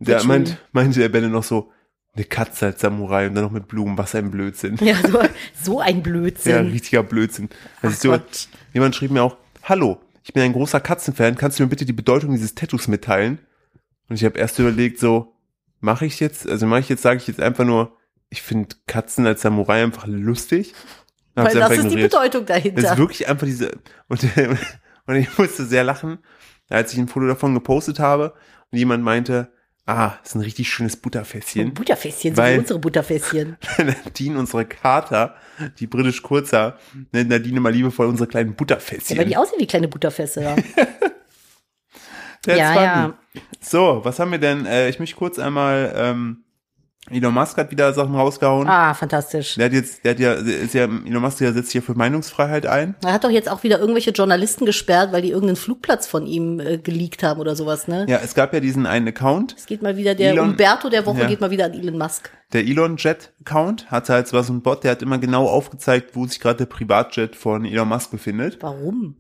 C: Der
B: schön.
C: meint, meinte der Benne noch so, eine Katze als Samurai und dann noch mit Blumen, was ein Blödsinn.
B: *laughs* Ja, so, so ein
C: Ja, ein
B: Blödsinn.
C: richtiger Blödsinn. Das
B: Ach
C: ist so,
B: Gott.
C: jemand schrieb mir auch, hallo, ich bin ein großer Katzenfan, kannst du mir bitte die Bedeutung dieses Tattoos mitteilen? Und ich habe erst überlegt, so, mache ich jetzt, also mache ich jetzt, sage ich jetzt einfach nur, ich finde Katzen als Samurai einfach lustig. Und hab's
B: Weil
C: einfach
B: das ist die
C: ignoriert.
B: Bedeutung
C: Das
B: dahinter.
C: ist wirklich einfach diese. *laughs* Und, und ich musste sehr lachen, als ich ein Foto davon gepostet habe und jemand meinte, ah, ist ein richtig schönes Butterfässchen.
B: Butterfässchen, so wie
C: Weil-
B: unsere Butterfässchen.
C: *laughs* Nadine, unsere Kater, die britisch kurzer, nennt Nadine mal liebevoll unsere kleinen
B: Ja, weil
C: Butterfässchen.
B: die aussehen wie kleine Butterfässer. Ja,
C: That's
B: ja,
C: funny.
B: ja.
C: So, was haben wir denn? Äh, ich möchte kurz einmal, ähm, Elon Musk hat wieder Sachen rausgehauen.
B: *laughs* Ah, fantastisch.
C: Der hat jetzt, der hat ja, ist ja, Elon Musk der setzt sich ja für Meinungsfreiheit ein.
B: Er hat doch jetzt auch wieder irgendwelche Journalisten gesperrt, weil die irgendeinen Flugplatz von ihm äh, geleakt haben oder sowas, ne?
C: Ja, es gab ja diesen einen Account,
B: Es geht mal wieder, der
C: Elon-
B: Umberto der Woche
C: Ja.
B: geht mal wieder an Elon Musk.
C: Der Elon Jet Account hatte halt zwar so einen Bot, der hat immer genau aufgezeigt, wo sich gerade der Privatjet von Elon Musk befindet.
B: Warum?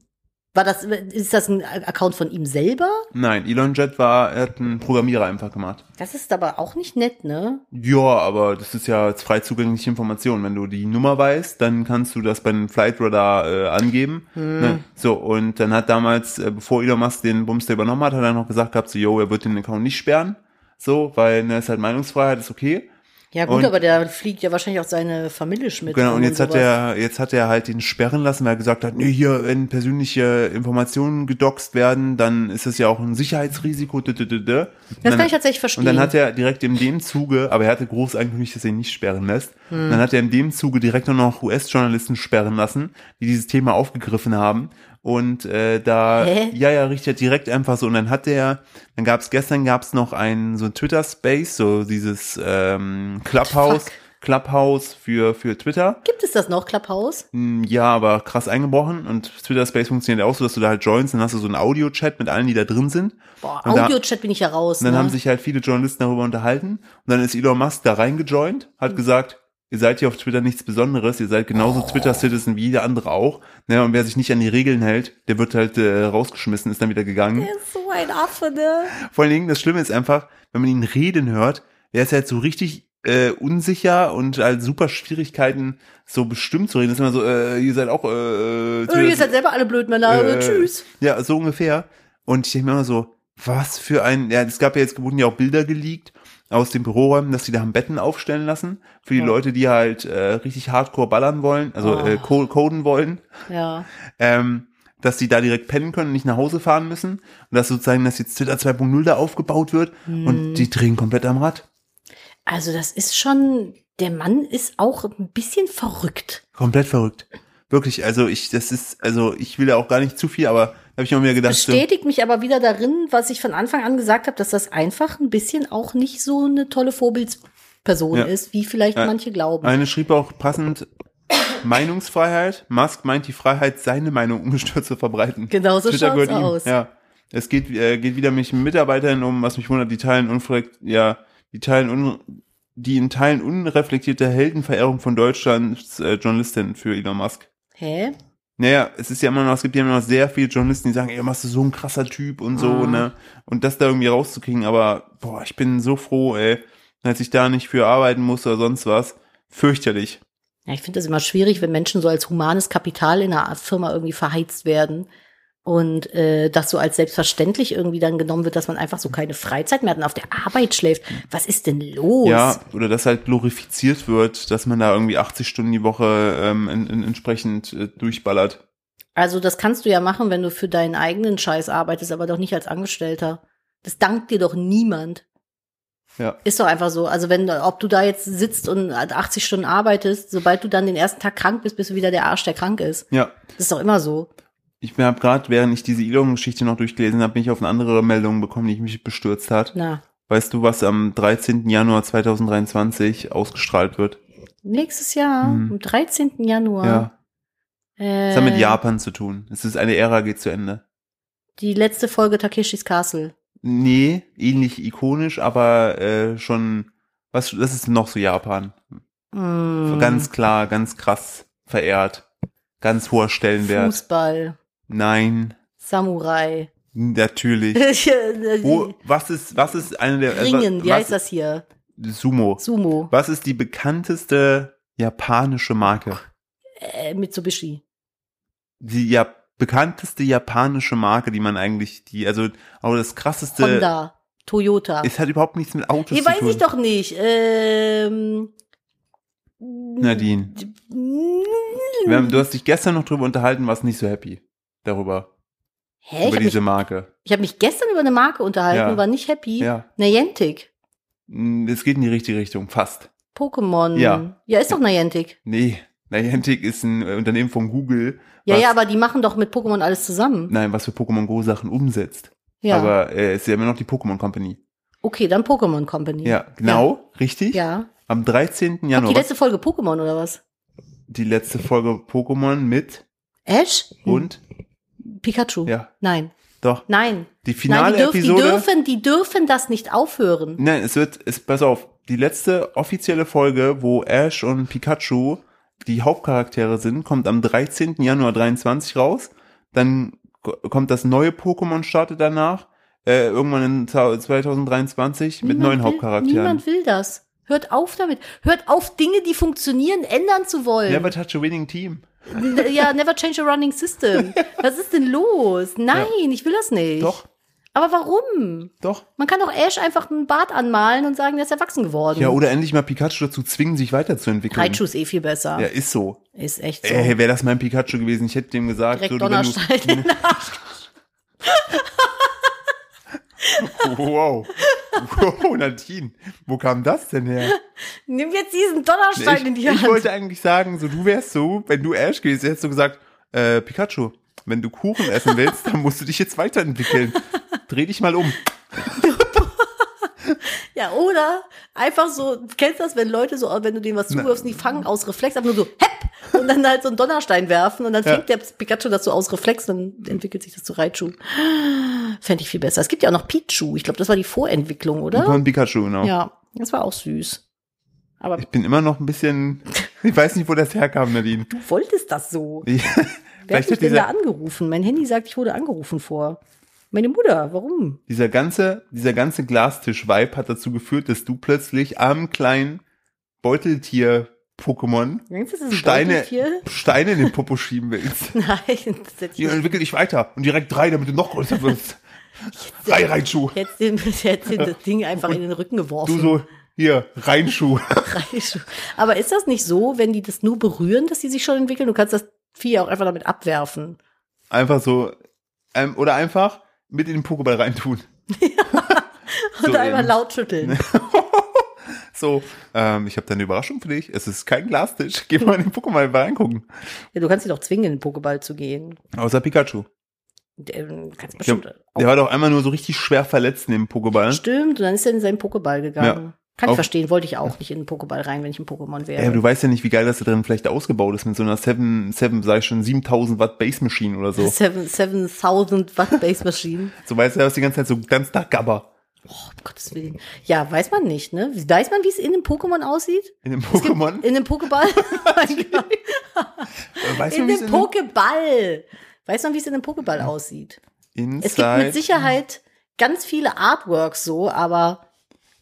B: War das, ist das ein Account von ihm selber?
C: Nein, Elon Jet war, er hat einen Programmierer einfach gemacht.
B: Das ist aber auch nicht nett, ne?
C: Ja, aber das ist ja jetzt frei zugängliche Information. Wenn du die Nummer weißt, dann kannst du das bei einem Flight Radar äh, angeben. Ne? So, und dann hat damals, äh, bevor Elon Musk den Bums da übernommen hat, hat er noch gesagt gehabt, so, yo, er wird den Account nicht sperren. So, weil, ne, ist halt Meinungsfreiheit, ist okay.
B: Ja gut,
C: Und-
B: aber der fliegt ja wahrscheinlich auch seine Familie mit.
C: Genau, und
B: rum
C: jetzt hat
B: sowas.
C: er, jetzt hat er halt den sperren lassen, weil er gesagt hat, nee, hier, wenn persönliche Informationen gedoxt werden, dann ist das ja auch ein Sicherheitsrisiko. d- d- d- d. Und
B: Das
C: dann-
B: kann ich tatsächlich verstehen.
C: Und dann hat er direkt in dem Zuge, aber er hatte groß angekündigt, dass er ihn nicht sperren lässt. Und dann hat er in dem Zuge direkt nur noch US-Journalisten sperren lassen, die dieses Thema aufgegriffen haben. Und äh, da,
B: Hä?
C: ja, ja, richtig, direkt einfach so. Und dann hat er, dann gab es gestern gab es noch einen so Twitter-Space, so dieses ähm, Clubhouse,
B: Fuck.
C: Clubhouse für, für Twitter.
B: Gibt es das noch, Clubhouse?
C: Mm, Ja, aber krass eingebrochen und Twitter Space funktioniert auch so, dass du da halt joinst, dann hast du so einen Audio-Chat mit allen, die da drin sind.
B: Boah,
C: Und da-
B: Audio-Chat bin ich ja raus.
C: Und dann
B: ne?
C: haben sich halt viele Journalisten darüber unterhalten und dann ist Elon Musk da reingejoint,
B: Mhm.
C: hat gesagt, ihr seid hier auf Twitter nichts Besonderes, ihr seid genauso
B: Oh.
C: Twitter-Citizen wie jeder andere auch. Ne, und wer sich nicht an die Regeln hält, der wird halt äh, rausgeschmissen, ist dann wieder gegangen.
B: Er ist so ein Affe, ne?
C: Vor allen Dingen, das Schlimme ist einfach, wenn man ihn reden hört, der ist halt so richtig äh, unsicher und halt super Schwierigkeiten, so bestimmt zu reden. Das ist immer so, äh, ihr seid auch äh,
B: Äh, Ihr seid selber alle blöd, Männer. Äh, Tschüss.
C: ja, so ungefähr. Und ich denke mir immer so, was für ein, ja, es gab ja jetzt wurden ja auch Bilder geleakt aus den Büroräumen, dass die da haben Betten aufstellen lassen für die
B: Ja.
C: Leute, die halt äh, richtig Hardcore ballern wollen, also
B: Oh.
C: äh, co- coden wollen,
B: Ja.
C: ähm, dass die da direkt pennen können, und nicht nach Hause fahren müssen und dass sozusagen, dass jetzt Twitter 2.0 da aufgebaut wird und die drehen komplett am Rad,
B: Also das ist schon, der Mann ist auch ein bisschen verrückt.
C: komplett verrückt, wirklich. Also ich, das ist, also ich will ja auch gar nicht zu viel, aber habe ich mir wieder gedacht, so,
B: Bestätigt mich aber wieder darin, was ich von Anfang an gesagt habe, dass das einfach ein bisschen auch nicht so eine tolle Vorbildsperson
C: Ja.
B: ist, wie vielleicht
C: Ja.
B: manche glauben.
C: Eine schrieb auch passend Meinungsfreiheit. Musk meint die Freiheit, seine Meinung ungestört zu verbreiten.
B: Genau so
C: Twitter
B: schaut's
C: gehört ihm.
B: aus.
C: Ja. Es geht, äh, geht wieder mich Mitarbeitern um, was mich wundert, die teilen unfrekt, ja, die teilen un, die in Teilen unreflektierte Heldenverehrung von Deutschlands äh, Journalistin für Elon Musk.
B: Hä?
C: Naja, es ist ja immer noch, es gibt ja immer noch sehr viele Journalisten, die sagen, ey, machst du so ein krasser Typ und so,
B: Mhm.
C: ne? Und das da irgendwie rauszukriegen, aber boah, ich bin so froh, ey, als ich da nicht für arbeiten musste oder sonst was. Fürchterlich.
B: Ja, ich finde das immer schwierig, wenn Menschen so als humanes Kapital in einer Firma irgendwie verheizt werden und äh, das so als selbstverständlich irgendwie dann genommen wird, dass man einfach so keine Freizeit mehr hat und auf der Arbeit schläft. Was ist denn los?
C: Ja, oder dass halt glorifiziert wird, dass man da irgendwie 80 Stunden die Woche ähm, in, in, entsprechend äh, durchballert.
B: Also das kannst du ja machen, wenn du für deinen eigenen Scheiß arbeitest, aber doch nicht als Angestellter. Das dankt dir doch niemand.
C: Ja.
B: Ist doch einfach so. Also wenn, ob du da jetzt sitzt und 80 Stunden arbeitest, sobald du dann den ersten Tag krank bist, bist du wieder der Arsch, der krank ist.
C: Ja.
B: Das ist doch immer so.
C: Ich habe gerade, während ich diese Elon-Geschichte noch durchgelesen habe, bin ich auf eine andere Meldung bekommen, die mich bestürzt hat.
B: Na,
C: Weißt du, was am 13. Januar 2023 ausgestrahlt wird?
B: nächstes Jahr,
C: Mhm.
B: am 13. Januar.
C: Ja.
B: Äh,
C: Das hat mit Japan zu tun. Es ist eine Ära, geht zu Ende.
B: Die letzte Folge Takeshis Castle.
C: Nee, ähnlich ikonisch, aber äh, schon, was, das ist noch so Japan.
B: Mm.
C: Ganz klar, ganz krass verehrt. Ganz hoher Stellenwert.
B: Fußball,
C: Nein,
B: Samurai. *laughs*
C: natürlich. Wo, was ist, was ist eine der, äh,
B: Ringen,
C: was,
B: wie heißt das hier?
C: Sumo.
B: Sumo,
C: Was ist die bekannteste japanische Marke?
B: äh, Mitsubishi.
C: Die ja bekannteste japanische Marke, die man eigentlich, die, also, aber das krasseste,
B: Honda, Toyota.
C: es hat überhaupt nichts mit Autos äh,
B: Hier
C: zu
B: weiß
C: tun.
B: ich doch nicht. Ähm,
C: Nadine, wir haben, du hast dich gestern noch drüber unterhalten, warst nicht so happy darüber,
B: Hä? Ich
C: über
B: habe mich,
C: diese Marke.
B: ich hab mich gestern über eine Marke unterhalten
C: Ja.
B: und war nicht happy.
C: Ja.
B: Niantic,
C: Mm, Es geht in die richtige Richtung, fast.
B: Pokémon.
C: Ja.
B: ja, ist doch Niantic.
C: Nee, Niantic ist ein äh, Unternehmen von Google.
B: Ja,
C: was,
B: ja, aber die machen doch mit Pokémon alles zusammen.
C: Nein, was für Pokémon Go Sachen umsetzt.
B: ja.
C: Aber äh, es ist ja immer noch die Pokémon Company.
B: okay, dann Pokémon Company.
C: Ja, genau, richtig.
B: Ja.
C: Am 13. Januar.
B: Die letzte Folge Pokémon oder was?
C: die letzte Folge Pokémon mit
B: Ash? Hm.
C: und
B: Pikachu.
C: ja,
B: Nein.
C: doch
B: Nein.
C: die finale
B: Nein, die, dürf,
C: Episode.
B: die dürfen, die dürfen das nicht aufhören.
C: Nein, es wird es pass auf, die letzte offizielle Folge, wo Ash und Pikachu die Hauptcharaktere sind, kommt am 13. Januar 23 raus. Dann ko- kommt das neue Pokémon startet danach äh, irgendwann in ta- 2023 mit neuen
B: will,
C: Hauptcharakteren.
B: Niemand will das. Hört auf damit. Hört auf, Dinge, die funktionieren, ändern zu wollen.
C: Never touch a winning team.
B: N- ja, never change a
C: *laughs*
B: running system. Was ist denn los? Nein, ich will das nicht.
C: Doch,
B: Aber warum?
C: doch.
B: Man kann doch Ash einfach einen Bart anmalen und sagen, der ist erwachsen geworden.
C: Ja, oder endlich mal Pikachu dazu zwingen, sich weiterzuentwickeln.
B: Raichu ist eh viel besser.
C: Ja, ist so.
B: Ist echt so.
C: Ey, wäre das mein Pikachu gewesen, ich hätte dem gesagt,
B: Direkt
C: so, du, wenn du,
B: Donnerstein in den Arsch.
C: *laughs* Wow. Wow, Nadine, wo kam das denn
B: *laughs*
C: her?
B: Nimm jetzt diesen Donnerstein
C: Ich,
B: in die
C: ich
B: Hand.
C: wollte eigentlich sagen, so du wärst so, wenn du Ash gewesen hättest, du gesagt, äh, Pikachu, wenn du Kuchen essen willst, dann musst du dich jetzt weiterentwickeln. Dreh dich mal um.
B: Ja, oder einfach so, du kennst das, wenn Leute so, wenn du denen was zuwirfst, die fangen aus Reflex ab, nur so, hepp, und dann halt so einen Donnerstein werfen und dann
C: Ja.
B: fängt der Pikachu das so aus Reflex, dann entwickelt sich das zu Raichu. Fände ich viel besser. Es gibt ja auch noch Pichu. Ich glaube, das war die Vorentwicklung, oder?
C: Von Pikachu, genau.
B: Ja, das war auch süß. Aber
C: Ich bin immer noch ein bisschen, ich weiß nicht, wo das herkam, Nadine.
B: du wolltest
C: *laughs*
B: das so.
C: Ich-
B: Wer hat
C: Vielleicht
B: mich
C: hat
B: denn da
C: dieser,
B: angerufen? Mein Handy sagt, ich wurde angerufen vor. Meine Mutter, warum?
C: dieser ganze, dieser ganze Glastisch-Vibe hat dazu geführt, dass du plötzlich am kleinen Beuteltier-Pokémon
B: Denkst du, das ist ein
C: Steine,
B: Beuteltier?
C: Steine in den Popo schieben willst.
B: *laughs* Nein, das hätte ich
C: Die entwickel dich weiter und direkt drei, damit du noch größer wirst. Drei Reinschuh.
B: Jetzt den, jetzt den das Ding einfach in den Rücken geworfen.
C: Du so, hier, Reinschuh.
B: Reinschuh. Aber ist das nicht so, wenn die das nur berühren, dass die sich schon entwickeln? Du kannst das Vieh auch einfach damit abwerfen. *laughs*
C: Einfach so, ähm, oder einfach mit in den Pokéball reintun.
B: Und
C: So
B: einmal
C: eben. Ne.
B: laut schütteln.
C: So, ähm, ich habe da eine Überraschung für dich. Es ist kein Glastisch. Geh mal in den Pokémon mal reingucken.
B: Ja, du kannst sie doch zwingen, in den Pokéball zu gehen.
C: Außer Pikachu.
B: Ähm, kannst
C: Der,
B: bestimmt.
C: der war doch einmal nur so richtig schwer verletzt in dem Pokéball.
B: Stimmt, und dann ist er in seinen Pokéball gegangen. Kann ich
C: Auf-
B: verstehen, wollte ich auch nicht in den Pokéball rein, wenn ich ein Pokémon
C: Ja, aber
B: wäre.
C: Äh, du weißt ja nicht, wie geil das da drin vielleicht ausgebaut ist mit so einer 7, 7 sag ich schon, 7000 Watt Base Machine oder so.
B: Seven- 7000 Watt Base Machine.
C: So weißt du, du hast die ganze Zeit so ganz da Gabber.
B: Oh, um Gottes Willen. Ja, weiß man nicht, ne? Weiß man, wie es in einem Pokémon aussieht?
C: In dem
B: Es gibt-
C: Pokémon?
B: *laughs*
C: Äh,
B: In einem Pokéball?
C: Weiß
B: in
C: man,
B: einem
C: wie's in-
B: Pokéball. Weiß man, wie es in einem Pokéball aussieht? Es gibt
C: Inside,
B: mit Sicherheit ganz viele Artworks so, aber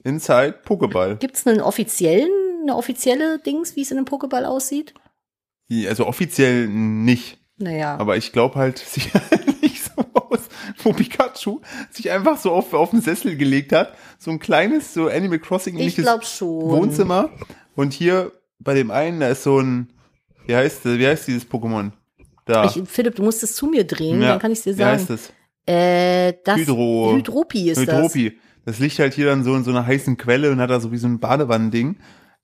C: Inside Pokéball.
B: gibt's einen offiziellen, eine offizielle Dings, wie es in einem Pokéball aussieht?
C: Also offiziell nicht.
B: Naja.
C: Aber ich glaube halt, *laughs* sieht halt nicht so aus, wo Pikachu sich einfach so auf, auf den Sessel gelegt hat. So ein kleines, so Animal
B: ich
C: Crossing-ähnliches
B: glaube schon.
C: Wohnzimmer. Und hier bei dem einen, da ist so ein, wie heißt, wie heißt dieses Pokémon? Da.
B: Ich, Philipp, du musst es zu mir drehen,
C: Ja.
B: dann kann ich dir
C: wie heißt
B: sagen.
C: das?
B: äh, das
C: Hydro-
B: Hydropi ist das.
C: Hydropi. Das? liegt halt hier dann so in so einer heißen Quelle und hat da so wie so ein Badewannending.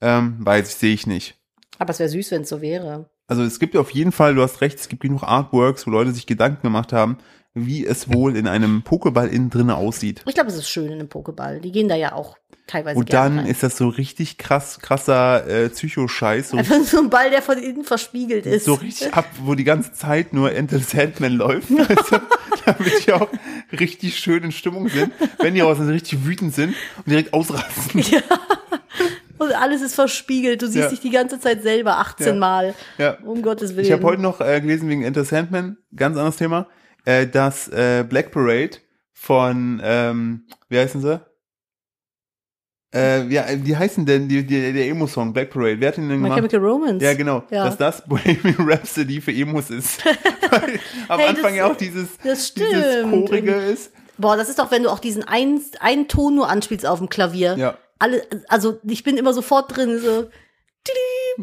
C: Ähm, weiß ich, sehe ich nicht.
B: Aber es wäre süß, wenn es so wäre.
C: Also es gibt auf jeden Fall, du hast recht, es gibt genug Artworks, wo Leute sich Gedanken gemacht haben, wie es wohl in einem Pokéball innen drin aussieht.
B: Ich glaube, es ist schön in einem Pokéball. Die gehen da ja auch teilweise
C: Und
B: gerne
C: dann
B: rein.
C: ist das so richtig krass, krasser äh, Psychoscheiß, so,
B: Einfach so ein Ball, der von innen verspiegelt ist.
C: so richtig ab, wo die ganze Zeit nur Enter the Sandman
B: *laughs*
C: läuft, weißt du, damit die auch richtig schön in Stimmung sind, wenn die auch so richtig wütend sind und direkt ausrasten.
B: Und alles ist verspiegelt. Du siehst
C: Ja.
B: dich die ganze Zeit selber 18
C: Ja.
B: Mal.
C: Ja.
B: Um Gottes Willen.
C: Ich habe heute noch äh, gelesen wegen Enter Sandman, ganz anderes Thema, äh, dass äh, Black Parade von, ähm, wie heißen sie? Äh, ja, wie heißen denn die, die, der Emo-Song Black Parade? Wer hat ihn denn
B: My
C: gemacht?
B: Chemical Romance.
C: Ja, genau.
B: Ja.
C: Dass das *laughs* Bohemian Rhapsody für Emos
B: *laughs*
C: ist. Weil am
B: Hey,
C: Anfang
B: das-
C: ja auch dieses,
B: das
C: dieses
B: stimmt.
C: Chorige ist.
B: Boah, das ist doch, wenn du auch diesen einen, einen Ton nur anspielst auf dem Klavier.
C: Ja.
B: Alle, also ich bin immer sofort drin. So.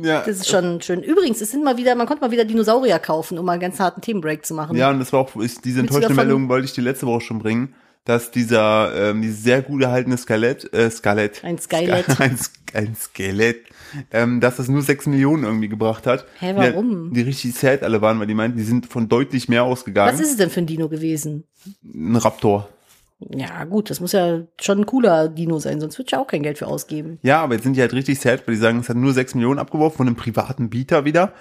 C: Ja.
B: Das ist schon schön. Übrigens, es sind mal wieder, man konnte mal wieder Dinosaurier kaufen, um mal einen ganz harten Themenbreak zu machen.
C: Ja, und das war auch ist, diese
B: Willst du
C: enttäuschende
B: davon-
C: Meldung wollte ich die letzte Woche schon bringen, dass dieser ähm, dieses sehr gut erhaltene Skelett, äh, Skelett,
B: Ein
C: *laughs*
B: Skelett.
C: ein, S- ein Skelett, ähm, dass das nur 6 Millionen irgendwie gebracht hat.
B: Hä, warum?
C: Ja, Die richtig sad alle waren, weil die meinten, die sind von deutlich mehr ausgegangen.
B: Was ist es denn für ein Dino gewesen?
C: ein Raptor.
B: Ja, gut, das muss ja schon ein cooler Dino sein, sonst würde ich ja auch kein Geld für ausgeben.
C: Ja, aber jetzt sind die halt richtig sad, weil die sagen, es hat nur 6 Millionen abgeworfen von einem privaten Bieter wieder.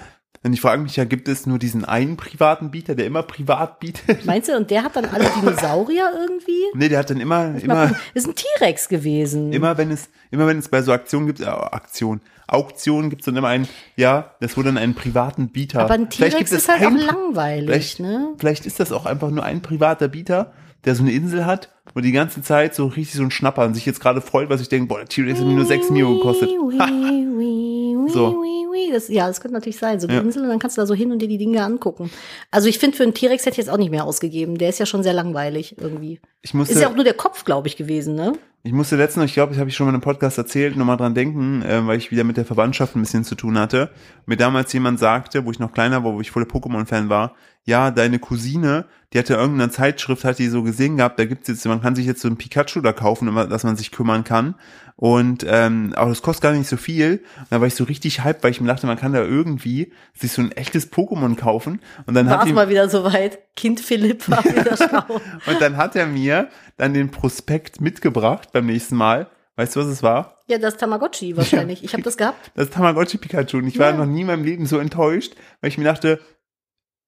C: Und ich frage mich ja, gibt es nur diesen einen privaten Bieter, der immer privat bietet? *laughs*
B: Meinst du, und der hat dann alle Dinosaurier irgendwie?
C: Nee, der hat dann immer,
B: Mal
C: immer,
B: gucken. Ist ein T-Rex gewesen.
C: Immer wenn es, immer wenn es bei so Aktionen gibt, äh, Aktion, Auktionen gibt es dann immer einen, ja, das wurde dann einen privaten Bieter.
B: Aber ein
C: Vielleicht gibt
B: T-Rex
C: es
B: ist halt auch
C: keinen-
B: langweilig,
C: Vielleicht,
B: ne?
C: vielleicht ist das auch einfach nur ein privater Bieter, der so eine Insel hat, wo die ganze Zeit so richtig so ein Schnapper und sich jetzt gerade freut, was ich denke, boah, der T-Rex hat mir nur 6 Mio gekostet.
B: Wii, wii, wii,
C: So.
B: wii, wii. Das, ja, das könnte natürlich sein. So eine
C: Ja.
B: Insel und dann kannst du da so hin und dir die Dinge angucken. Also ich finde, für einen T-Rex hätte ich jetzt auch nicht mehr ausgegeben. Der ist ja schon sehr langweilig irgendwie.
C: Ich musste,
B: Ist ja auch nur der Kopf, glaube ich, gewesen, ne?
C: ich musste letztens, ich glaube, das habe ich schon mal in einem Podcast erzählt, nochmal dran denken, äh, weil ich wieder mit der Verwandtschaft ein bisschen zu tun hatte. Mir damals jemand sagte, wo ich noch kleiner war, wo ich voller Pokémon-Fan war, ja, deine Cousine, die hatte irgendeine Zeitschrift, hat die so gesehen gehabt, da gibt's jetzt, man kann sich jetzt so einen Pikachu da kaufen, um- dass man sich kümmern kann. Und ähm, aber das kostet gar nicht so viel. Und da war ich so richtig hyped, weil ich mir dachte, man kann da irgendwie sich so ein echtes Pokémon kaufen. Und dann
B: War
C: hat
B: es
C: die,
B: mal wieder soweit. Kind
C: *laughs*
B: Philipp war wieder schlau.
C: und dann hat er mir dann den Prospekt mitgebracht beim nächsten Mal. Weißt du, was es war?
B: Ja, das Tamagotchi wahrscheinlich. Ich habe
C: *laughs*
B: das gehabt.
C: das Tamagotchi Pikachu und ich war noch nie in meinem Leben so enttäuscht, weil ich mir dachte,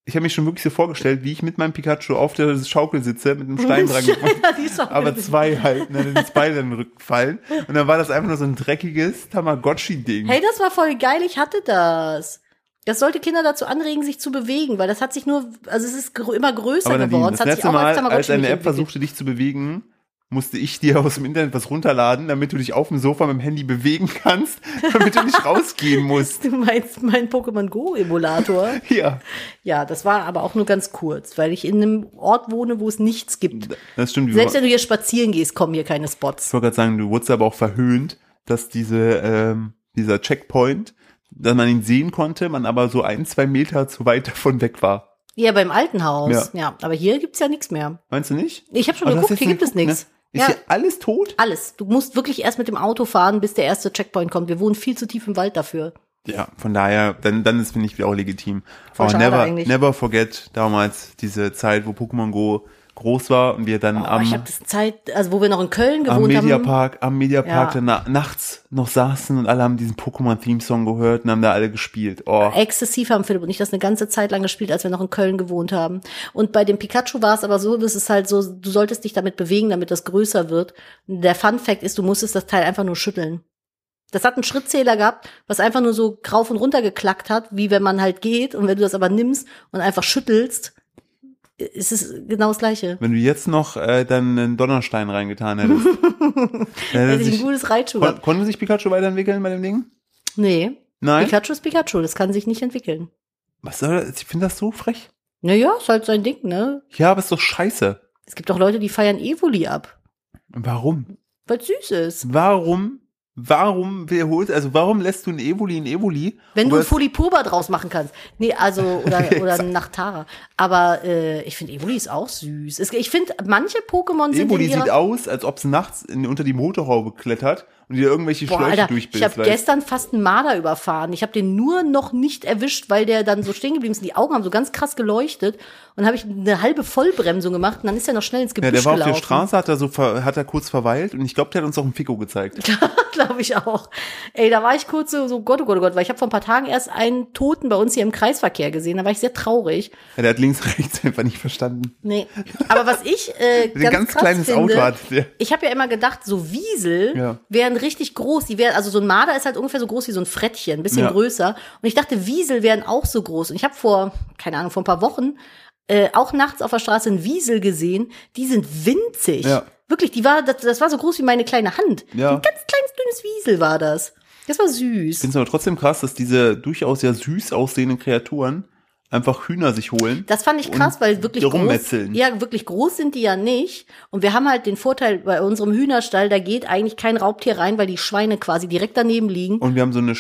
C: ich habe mich schon wirklich so vorgestellt, wie ich mit meinem Pikachu auf der Schaukel sitze, mit einem Stein dran
B: *laughs*
C: gebunden.
B: Die ist auch
C: Aber
B: witzig.
C: zwei halt, und dann sind zwei dann rückfallen. Und dann war das einfach nur so ein dreckiges Tamagotchi-Ding.
B: Hey, das war voll geil, ich hatte das. Das sollte Kinder dazu anregen, sich zu bewegen, weil das hat sich nur, also es ist grö- immer größer
C: Aber Nadine,
B: geworden.
C: das
B: hat sich
C: letzte Mal, als, eine
B: mich
C: App
B: entwickelt.
C: versuchte, dich zu bewegen, musste ich dir aus dem Internet was runterladen, damit du dich auf dem Sofa mit dem Handy bewegen kannst, *laughs* damit du nicht rausgehen musst.
B: *laughs* Du meinst meinen
C: *laughs*
B: Pokémon Go-Emulator?
C: Ja,
B: ja, das war aber auch nur ganz kurz, weil ich in einem Ort wohne, wo es nichts gibt.
C: das stimmt. wir
B: Selbst wenn du hier spazieren gehst, kommen hier keine Spots.
C: Ich wollte gerade sagen, du wurdest aber auch verhöhnt, dass diese, ähm, dieser Checkpoint, dass man ihn sehen konnte, man aber so ein, zwei Meter zu weit davon weg war.
B: Ja, beim alten Haus. Ja,
C: Ja.
B: aber hier gibt's ja nichts mehr.
C: Meinst du nicht?
B: Ich habe schon
C: Aber du hast
B: geguckt,
C: jetzt
B: hier gibt es
C: geguckt,
B: nichts.
C: Ne?
B: Ja.
C: Ist hier alles tot?
B: Alles. Du musst wirklich erst mit dem Auto fahren, bis der erste Checkpoint kommt. Wir wohnen viel zu tief im Wald dafür.
C: Ja, von daher, dann, dann ist, finde ich, auch legitim.
B: Voll
C: Aber
B: schade
C: never,
B: eigentlich.
C: never forget damals diese Zeit, wo Pokémon Go groß war und wir dann
B: Oh, ich
C: am,
B: habe das Zeit, also wo wir noch in Köln
C: am
B: gewohnt haben.
C: Mediapark, am Mediapark
B: Ja.
C: dann na, nachts noch saßen und alle haben diesen Pokémon-Theme-Song gehört und haben da alle gespielt. Oh,
B: Exzessiv haben Philipp und ich das eine ganze Zeit lang gespielt, als wir noch in Köln gewohnt haben. Und bei dem Pikachu war es aber so, das ist halt so, du solltest dich damit bewegen, damit das größer wird. Der Fun Fact ist, du musstest das Teil einfach nur schütteln. Das hat einen Schrittzähler gehabt, was einfach nur so rauf und runter geklackt hat, wie wenn man halt geht. Und wenn du das aber nimmst und einfach schüttelst, ist es genau das Gleiche.
C: wenn du jetzt noch äh, dann einen Donnerstein reingetan hättest.
B: *laughs*
C: dann hätte
B: Hätte ich ein
C: sich,
B: gutes Reitschuh
C: kon,
B: gehabt.
C: konnte sich Pikachu weiterentwickeln bei dem Ding?
B: Nee.
C: Nein?
B: Pikachu ist Pikachu, das kann sich nicht entwickeln.
C: Was soll das? Ich finde das so frech.
B: Naja, ist halt sein Ding, ne?
C: Ja, aber ist doch scheiße.
B: Es gibt auch Leute, die feiern Evoli ab,
C: Warum?
B: weil süß ist.
C: Warum? Warum wiederholt, also warum lässt du ein Evoli ein Evoli?
B: Wenn
C: Obwohl
B: du ein
C: es-
B: Fulipoba draus machen kannst. Nee, also,
C: *laughs*
B: oder, oder ein Nachtara. Aber äh, ich finde, Evoli ist auch süß. Es, ich finde, manche Pokémon sind
C: Evoli
B: in ihrer...
C: sieht aus, als ob es nachts in, unter die Motorhaube klettert und dir irgendwelche
B: Boah,
C: Schläuche
B: Alter, ich
C: durchbildet.
B: habe gestern fast einen Marder überfahren. Ich habe den nur noch nicht erwischt, weil der dann so stehen geblieben ist. Und die Augen haben so ganz krass geleuchtet. Und habe ich eine halbe Vollbremsung gemacht. Und dann ist er noch schnell ins Gebüsch
C: ja, der war auf
B: gelaufen.
C: der
B: *laughs*
C: Straße, hat er so ver, hat er kurz verweilt und ich glaube, der hat uns auch einen Fico
B: *laughs*
C: gezeigt.
B: glaube ich auch. Ey, da war ich kurz so, so Gott, oh Gott, oh Gott, weil ich habe vor ein paar Tagen erst einen Toten bei uns hier im Kreisverkehr gesehen. Da war ich sehr traurig.
C: Ja, der hat links *laughs* rechts einfach nicht verstanden.
B: Nee. Aber was ich äh,
C: Ein
B: ganz,
C: ganz,
B: krass
C: kleines
B: finde,
C: Auto hat der.
B: ich habe ja immer gedacht, so Wiesel
C: Ja.
B: wären richtig groß. Die wären, also so ein Marder ist halt ungefähr so groß wie so ein Frettchen, ein bisschen
C: Ja.
B: größer. Und ich dachte, Wiesel wären auch so groß. Und ich habe vor, keine Ahnung, vor ein paar Wochen äh, auch nachts auf der Straße ein Wiesel gesehen. Die sind winzig.
C: Ja.
B: Wirklich, die war, das, das war so groß wie meine kleine Hand.
C: Ja.
B: Ein ganz kleines, dünnes Wiesel war das. Das war süß.
C: Ich finde es aber trotzdem krass, dass diese durchaus ja süß aussehenden Kreaturen einfach Hühner sich holen.
B: Das fand ich krass, weil wirklich
C: die
B: groß,
C: rummetzeln.
B: ja, wirklich groß sind die ja nicht. Und wir haben halt den Vorteil bei unserem Hühnerstall, da geht eigentlich kein Raubtier rein, weil die Schweine quasi direkt daneben liegen.
C: Und wir haben so eine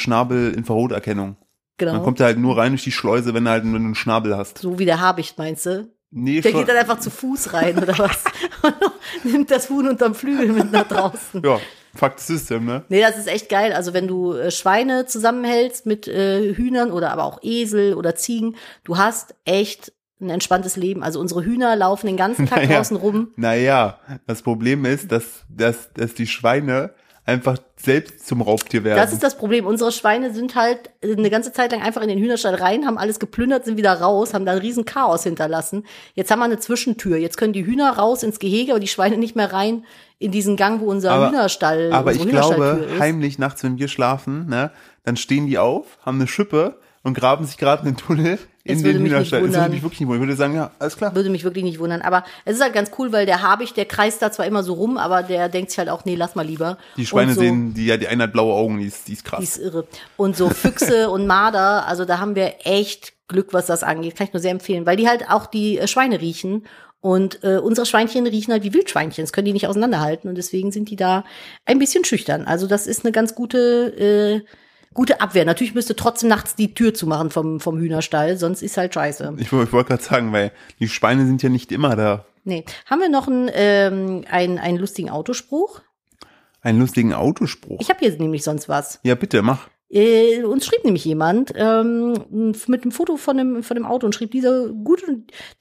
C: Schnabel-Infraroterkennung. Dann
B: genau.
C: kommt er halt nur rein durch die Schleuse, wenn du halt nur einen Schnabel hast.
B: So wie der Habicht, meinst du?
C: Nee,
B: Der
C: Schle-
B: geht dann einfach zu Fuß rein
C: *laughs*
B: oder was? Und nimmt das Huhn unterm Flügel mit nach draußen.
C: Ja, Fuck the System, ne?
B: Nee, das ist echt geil. Also wenn du äh, Schweine zusammenhältst mit äh, Hühnern oder aber auch Esel oder Ziegen, du hast echt ein entspanntes Leben. Also unsere Hühner laufen den
C: *laughs*
B: ganzen Tag
C: Naja.
B: draußen rum.
C: Naja, das Problem ist, dass, dass, dass die Schweine einfach selbst zum Raubtier werden.
B: Das ist das Problem. Unsere Schweine sind halt eine ganze Zeit lang einfach in den Hühnerstall rein, haben alles geplündert, sind wieder raus, haben da ein riesen Chaos hinterlassen. Jetzt haben wir eine Zwischentür. Jetzt können die Hühner raus ins Gehege, aber die Schweine nicht mehr rein in diesen Gang, wo unser
C: Aber-
B: Hühnerstall,
C: Aber ich
B: unsere
C: glaube,
B: Hühnerstalltür äh, ist.
C: heimlich nachts, wenn wir schlafen, ne, dann stehen die auf, haben eine Schippe und graben sich gerade einen Tunnel in
B: Es würde
C: den
B: mich nicht
C: Hühnerstall. Das würde
B: wundern.
C: mich wirklich nicht wundern. Ich würde sagen, ja, alles klar.
B: Würde mich wirklich nicht wundern. Aber es ist halt ganz cool, weil der Habicht, der kreist da zwar immer so rum, aber der denkt sich halt auch, nee, lass mal lieber.
C: Die Schweine
B: Und so,
C: sehen, die, ja, die eine hat blaue Augen, die ist, die ist krass.
B: Die ist irre. Und so Füchse und Marder, also da haben wir echt Glück, was das angeht. Kann ich nur sehr empfehlen, weil die halt auch die äh, Schweine riechen. Und äh, unsere Schweinchen riechen halt wie Wildschweinchen. Das können die nicht auseinanderhalten. Und deswegen sind die da ein bisschen schüchtern. Also das ist eine ganz gute, äh, gute Abwehr. Natürlich müsste trotzdem nachts die Tür zumachen vom, vom Hühnerstall. Sonst ist halt scheiße.
C: ich wollte ich wollte gerade sagen, weil die Schweine sind ja nicht immer da.
B: Nee. Haben wir noch einen, ähm, einen, einen lustigen Autospruch?
C: Einen lustigen Autospruch.
B: Ich habe hier nämlich sonst was.
C: ja, bitte,
B: *laughs*
C: mach.
B: Äh, uns schrieb nämlich jemand ähm, mit einem Foto von dem, von dem Auto und schrieb, dieser gute,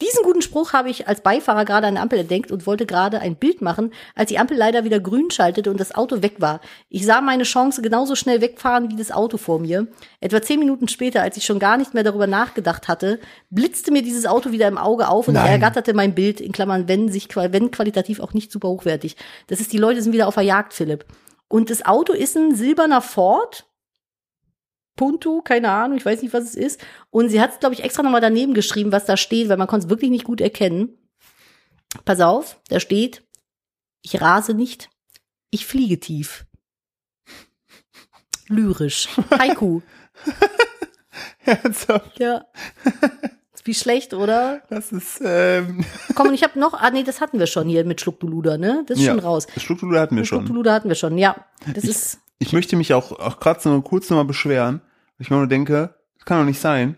B: diesen guten Spruch habe ich als Beifahrer gerade an der Ampel entdeckt und wollte gerade ein Bild machen, als die Ampel leider wieder grün schaltete und das Auto weg war. Ich sah meine Chance genauso schnell wegfahren wie das Auto vor mir. Etwa zehn Minuten später, als ich schon gar nicht mehr darüber nachgedacht hatte, blitzte mir dieses Auto wieder im Auge auf und
C: Nein.
B: ergatterte mein Bild, in Klammern, wenn sich qua- wenn qualitativ auch nicht super hochwertig. Das ist, die Leute sind wieder auf der Jagd, Philipp. Und das Auto ist ein silberner Ford. Punto, keine Ahnung, ich weiß nicht, was es ist. Und sie hat es, glaube ich, extra nochmal daneben geschrieben, was da steht, weil man konnte es wirklich nicht gut erkennen. Pass auf, da steht, ich rase nicht, ich fliege tief.
C: *laughs*
B: Lyrisch. Haiku. Also,
C: Ernsthaft?
B: ja. *laughs* Wie schlecht, oder?
C: Das ist, ähm,
B: Komm, und ich habe noch, ah nee, das hatten wir schon hier mit Schluckduluder, ne? Das ist
C: Ja,
B: schon raus.
C: Struktur hatten wir schon.
B: Schluckduluder hatten wir schon, ja. Das
C: Ich-
B: ist,
C: ich möchte mich auch, auch gerade so kurz nochmal beschweren. Ich mir nur denke, das kann doch nicht sein.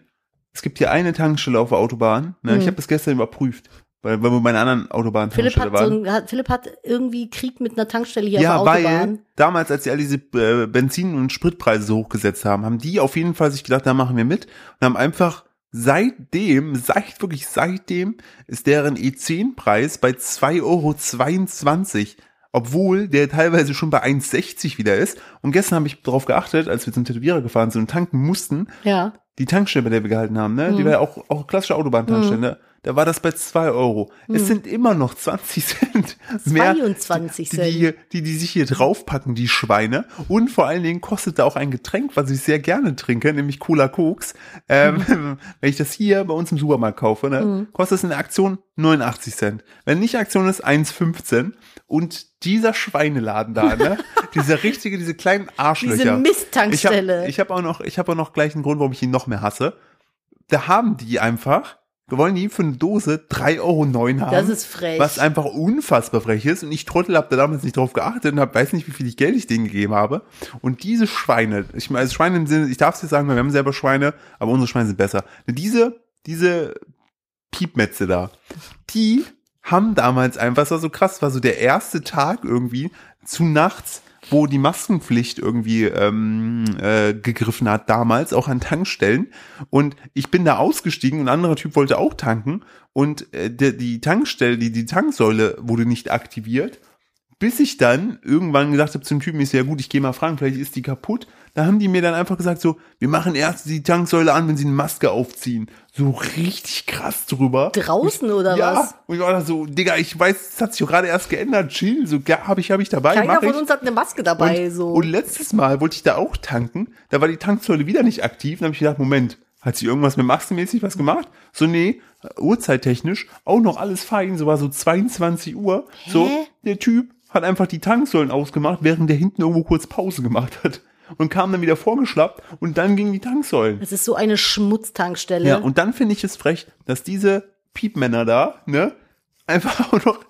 C: Es gibt hier eine Tankstelle auf der Autobahn. Ne? Ich
B: Mhm.
C: habe das gestern überprüft, weil, weil wir bei einer anderen Autobahn
B: Philipp hat, so
C: waren.
B: ein, hat, Philipp hat irgendwie Krieg mit einer Tankstelle hier
C: ja,
B: auf der Autobahn.
C: weil damals, als sie all diese äh, Benzin- und Spritpreise so hochgesetzt haben, haben die auf jeden Fall sich gedacht, da machen wir mit und haben einfach Seitdem, seit wirklich seitdem, ist deren E10-Preis bei 2,22 Euro. Obwohl der teilweise schon bei 1,60 wieder ist. Und gestern habe ich darauf geachtet, als wir zum Tätowierer gefahren sind und tanken mussten,
B: Ja.
C: die Tankstelle, bei der wir gehalten haben, ne? die war ja auch, auch klassische Autobahntankstelle, ne? da war das bei 2 Euro. Es sind immer noch 20 Cent mehr,
B: 22
C: die, die, hier, die, die sich hier draufpacken, die Schweine. Und vor allen Dingen kostet da auch ein Getränk, was ich sehr gerne trinke, nämlich Cola Koks. Ähm,
B: Mhm.
C: *laughs* Wenn ich das hier bei uns im Supermarkt kaufe, ne? kostet es in der Aktion 89 Cent. Wenn nicht Aktion ist, 1,15. Und dieser Schweineladen da,
B: *laughs*
C: ne? dieser richtige, diese kleinen Arschlöcher.
B: Misttankstelle.
C: Ich habe hab auch noch, ich habe auch noch gleich einen Grund, warum ich ihn noch mehr hasse. Da haben die einfach, wollen die für eine Dose 3,09 Euro haben.
B: Das ist frech.
C: Was einfach unfassbar frech ist. Und ich Trottel habe da damals nicht drauf geachtet und hab, weiß nicht, wie viel ich Geld ich denen gegeben habe. Und diese Schweine, ich meine, also Schweine im Sinne, ich darf es jetzt sagen, weil wir haben selber Schweine, aber unsere Schweine sind besser. Diese, diese Piepmetze da, die haben damals einfach, es war so krass, war so der erste Tag irgendwie zu nachts, wo die Maskenpflicht irgendwie ähm, äh, gegriffen hat, damals auch an Tankstellen. Und ich bin da ausgestiegen und ein anderer Typ wollte auch tanken. Und äh, die, die Tankstelle, die, die Tanksäule wurde nicht aktiviert. Bis ich dann irgendwann gesagt habe zum Typen, ist ja gut, ich gehe mal fragen, vielleicht ist die kaputt. Da haben die mir dann einfach gesagt so, wir machen erst die Tanksäule an, wenn sie eine Maske aufziehen. So richtig krass drüber.
B: Draußen oder
C: ja.
B: was?
C: Und ich war da so, Digga, ich weiß, das hat sich doch gerade erst geändert. Chill, so ja, habe ich, habe ich dabei.
B: Keiner
C: mach
B: von
C: ich.
B: uns hat eine Maske dabei.
C: Und,
B: so.
C: und letztes Mal wollte ich da auch tanken, da war die Tanksäule wieder nicht aktiv. Dann habe ich gedacht, Moment, hat sie irgendwas mit maskenmäßig was gemacht? So, nee, uhrzeittechnisch, auch noch alles fein, so war so 22 Uhr. So, der Typ hat einfach die Tanksäulen ausgemacht, während der hinten irgendwo kurz Pause gemacht hat. Und kam dann wieder vorgeschlappt und dann gingen die Tanksäulen.
B: das ist so eine Schmutztankstelle.
C: Ja, und dann finde ich es frech, dass diese Piepmänner da, ne, einfach auch noch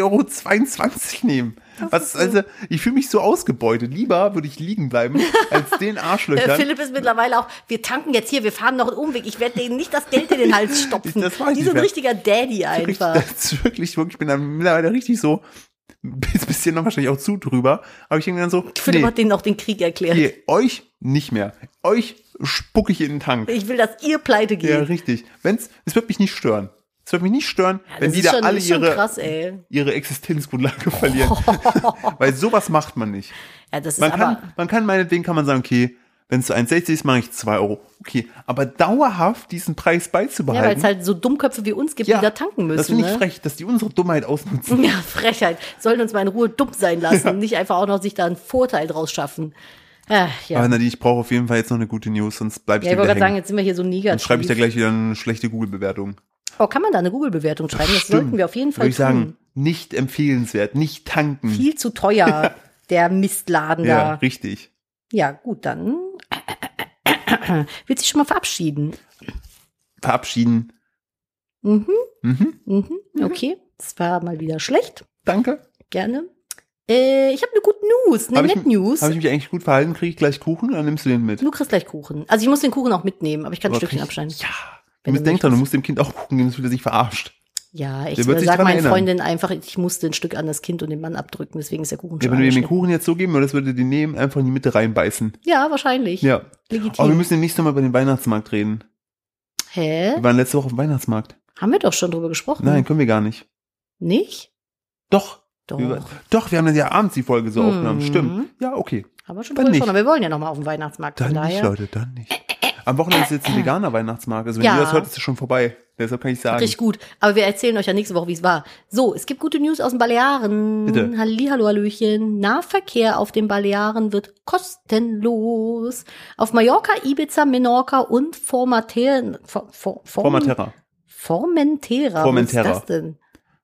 C: 2,22 Euro nehmen. Was, also, ich fühle mich so ausgebeutet. Lieber würde ich liegen
B: *laughs*
C: bleiben, als den
B: Äh,
C: Arschlöchern.
B: Philipp ist mittlerweile auch, wir tanken jetzt hier, wir fahren noch einen Umweg. Ich werde denen nicht das Geld in den
C: *laughs*
B: Hals stopfen.
C: Das weiß
B: Die
C: ich
B: sind
C: nicht.
B: richtiger Daddy
C: Wirklich,
B: einfach.
C: das ist wirklich, wirklich, ich bin dann mittlerweile richtig so, ein bisschen noch wahrscheinlich auch zu drüber, aber ich denke dann so,
B: Philipp
C: nee,
B: hat denen auch den Krieg erklärt.
C: nee, euch nicht mehr. Euch spucke ich in den Tank.
B: Ich will, dass ihr pleite geht.
C: Ja, richtig. Wenn's, es wird mich nicht stören. Es wird mich nicht stören, wenn
B: das
C: die
B: ist
C: da
B: schon,
C: alle
B: ist schon
C: ihre,
B: krass, ey.
C: ihre Existenzgrundlage *laughs* verlieren. Weil sowas macht man nicht.
B: Ja, das ist
C: Man
B: aber.
C: kann, man kann meinetwegen kann man sagen, okay, wenn es zu 1,60 ist, mache ich 2 Euro. Okay, aber dauerhaft diesen Preis
B: ja, weil
C: beizubehalten.
B: es halt so Dummköpfe wie uns gibt, die da tanken müssen.
C: Das finde ich
B: ne?
C: frech, dass die unsere Dummheit ausnutzen.
B: Ja, Frechheit. Sollen uns mal in Ruhe dumm sein lassen. Nicht einfach auch noch sich da einen Vorteil draus schaffen. Ach, *laughs* ja.
C: Aber Nadine, ich brauche auf jeden Fall jetzt noch eine gute News, sonst bleibe ich
B: ja, ich
C: da
B: wollte
C: wieder
B: gerade sagen,
C: hängen.
B: jetzt sind wir hier so negativ.
C: Schreibe ich da gleich wieder eine schlechte Google-Bewertung.
B: Oh, kann man da eine Google-Bewertung schreiben? Das sollten wir auf jeden Fall
C: Würde ich
B: tun.
C: sagen, nicht empfehlenswert, nicht tanken.
B: Viel zu
C: *laughs*
B: teuer, der Mistladen
C: ja,
B: da.
C: richtig.
B: Ja, gut, dann. *clears throat* Willst du dich schon mal verabschieden?
C: Verabschieden.
B: Mhm.
C: Mhm.
B: Mhm. Okay, das war mal wieder schlecht.
C: Danke.
B: Gerne. Äh, ich habe eine gute News, eine
C: Hab ich-
B: Net News.
C: Habe ich mich eigentlich gut verhalten? Kriege ich gleich Kuchen? Dann nimmst du den mit.
B: Du kriegst gleich Kuchen. Also ich muss den Kuchen auch mitnehmen, aber ich kann ein
C: Aber
B: Stückchen
C: krieg-
B: abschneiden.
C: Ja. Du
B: Wenn
C: musst
B: du
C: denk dran, du musst dem Kind auch gucken, sonst wird er sich verarscht.
B: Ja, ich
C: Der wird sich
B: sag
C: dran
B: meinen
C: erinnern.
B: Freundinnen einfach, ich musste ein Stück an das Kind und den Mann abdrücken, deswegen ist der Kuchen
C: Ja,
B: schon
C: wenn du ihm den
B: angeschnitten.
C: Kuchen jetzt so geben würdest, würde die nehmen, einfach in die Mitte reinbeißen.
B: Ja, wahrscheinlich.
C: Ja.
B: Legitim.
C: Aber wir müssen demnächst nochmal über den Weihnachtsmarkt reden.
B: Hä?
C: Wir waren letzte Woche auf dem Weihnachtsmarkt.
B: Haben wir doch schon drüber gesprochen.
C: Nein, können wir gar nicht.
B: Nicht?
C: Doch.
B: Doch.
C: Wir, war- doch, wir haben dann ja abends die Folge so
B: Mhm.
C: aufgenommen. Stimmt. Ja, okay.
B: Haben wir schon
C: Dann
B: drüber
C: nicht.
B: gesprochen, aber wir wollen ja nochmal auf den Weihnachtsmarkt.
C: Dann
B: von
C: nicht,
B: daher.
C: Leute, dann nicht. Am Wochenende ist jetzt ein veganer Weihnachtsmarkt. Also wenn
B: Ja.
C: ihr das hört, ist es schon vorbei. Deshalb kann ich sagen.
B: Richtig gut. Aber wir erzählen euch ja nächste Woche, wie es war. So, es gibt gute News aus den Balearen.
C: Bitte.
B: Halli, hallo, Hallöchen. Nahverkehr auf den Balearen wird kostenlos. Auf Mallorca, Ibiza, Menorca und Formateren, For, For, For,
C: Formatera.
B: Formentera.
C: Formentera.
B: Was ist das denn?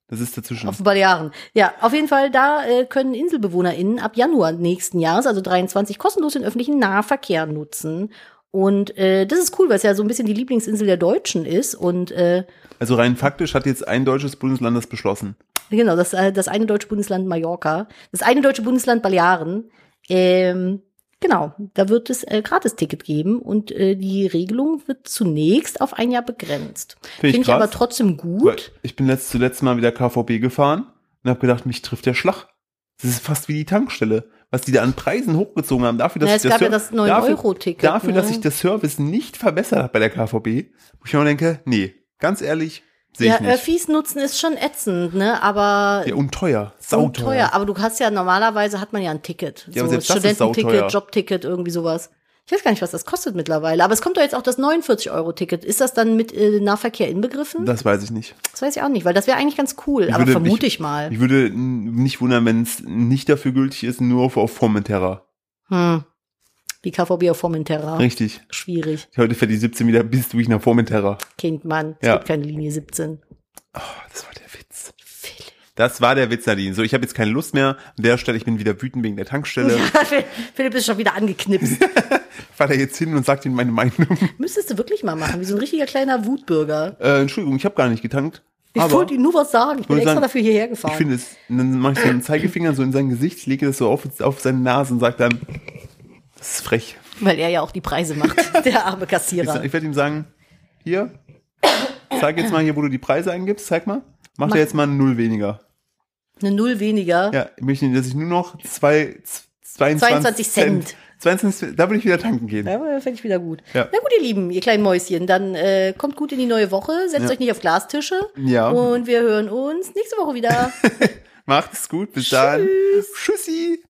C: Das ist dazwischen.
B: Auf den Balearen. Ja, auf jeden Fall, da äh, können InselbewohnerInnen ab Januar nächsten Jahres, also 23, kostenlos den öffentlichen Nahverkehr nutzen. Und äh, das ist cool, weil es ja so ein bisschen die Lieblingsinsel der Deutschen ist. Und äh,
C: Also rein faktisch hat jetzt ein deutsches Bundesland das beschlossen.
B: genau, das, äh, das eine deutsche Bundesland Mallorca, das eine deutsche Bundesland Balearen. Ähm, genau, da wird es äh, Gratisticket geben und äh, die Regelung wird zunächst auf ein Jahr begrenzt.
C: ich
B: Finde ich,
C: krass.
B: aber trotzdem
C: Weil
B: gut.
C: Ich bin letzt, zuletzt mal wieder KVB gefahren und habe gedacht, mich trifft der Schlag. Das ist fast wie die Tankstelle. was die da an Preisen hochgezogen haben, dafür, dass
B: Na,
C: ich
B: es gab ja
C: Ser-
B: das 9
C: dafür,
B: Euro Ticket,
C: Dafür,
B: ne?
C: dass sich der Service nicht verbessert hat bei der KVB, wo ich mir denke, nee, ganz ehrlich, sehe
B: Ja, äh,
C: ich nicht.
B: Öffis nutzen ist schon ätzend, ne? Aber
C: Ja, und teuer,
B: so
C: sauteuer.
B: teuer. Aber du hast ja normalerweise hat man ja ein Ticket.
C: Ja, aber
B: so
C: selbst das ist sauteuer.
B: Studententicket, Jobticket, irgendwie sowas. Ich weiß gar nicht, was das kostet mittlerweile. Aber es kommt doch jetzt auch das 49-Euro-Ticket. Ist das dann mit äh, Nahverkehr inbegriffen? Das,
C: Das weiß ich nicht.
B: weiß ich auch nicht, weil das wäre eigentlich ganz cool. aber
C: würde-
B: vermute ich, mal.
C: Ich würde n- nicht wundern, wenn es nicht dafür gültig ist, nur auf, auf Formentera.
B: hm. Die KVB auf Formentera.
C: Richtig.
B: Schwierig.
C: Heute fährt die 17 wieder bis durch nach Formentera.
B: Kind, Mann. Es
C: Ja.
B: gibt keine Linie 17.
C: Oh, das war der Witz.
B: Philipp.
C: Das war der Witz, Nadine. So, ich habe jetzt keine Lust mehr. An der Stelle, ich bin wieder wütend wegen der Tankstelle.
B: *laughs* Philipp ist schon wieder angeknipst. *laughs*
C: Ich fahre da jetzt hin und sage ihm meine Meinung. *laughs*
B: Müsstest du wirklich mal machen, wie so ein richtiger kleiner Wutbürger.
C: Äh, Entschuldigung, ich habe gar nicht getankt.
B: Ich
C: aber
B: wollte Ihnen nur was sagen. Ich bin
C: wollte
B: extra
C: sagen,
B: dafür hierher
C: ich
B: gefahren.
C: finde es, und dann mache ich so einen Zeigefinger so in sein Gesicht, lege das so auf, auf seine Nase und sage dann, das ist frech.
B: weil er ja auch die
C: *laughs*
B: Preise macht, der arme
C: Ich,
B: Kassierer.
C: ich werde ihm sagen, hier, zeig jetzt mal hier, wo du die Preise eingibst, zeig mal. Macht
B: Mach-
C: er jetzt mal eine Null weniger.
B: Eine Null weniger.
C: Ja, ich möchte, dass ich nur noch zwei, z- 22
B: 22 Cent.
C: 22 Cent, da würde ich wieder tanken gehen.
B: Ja, aber fände ich wieder gut.
C: Ja.
B: Na gut, ihr Lieben, ihr kleinen Mäuschen, dann äh, kommt gut in die neue Woche, setzt
C: Ja.
B: euch nicht auf Glastische
C: Ja.
B: und wir hören uns nächste Woche wieder.
C: Macht's gut, bis dann. Tschüssi.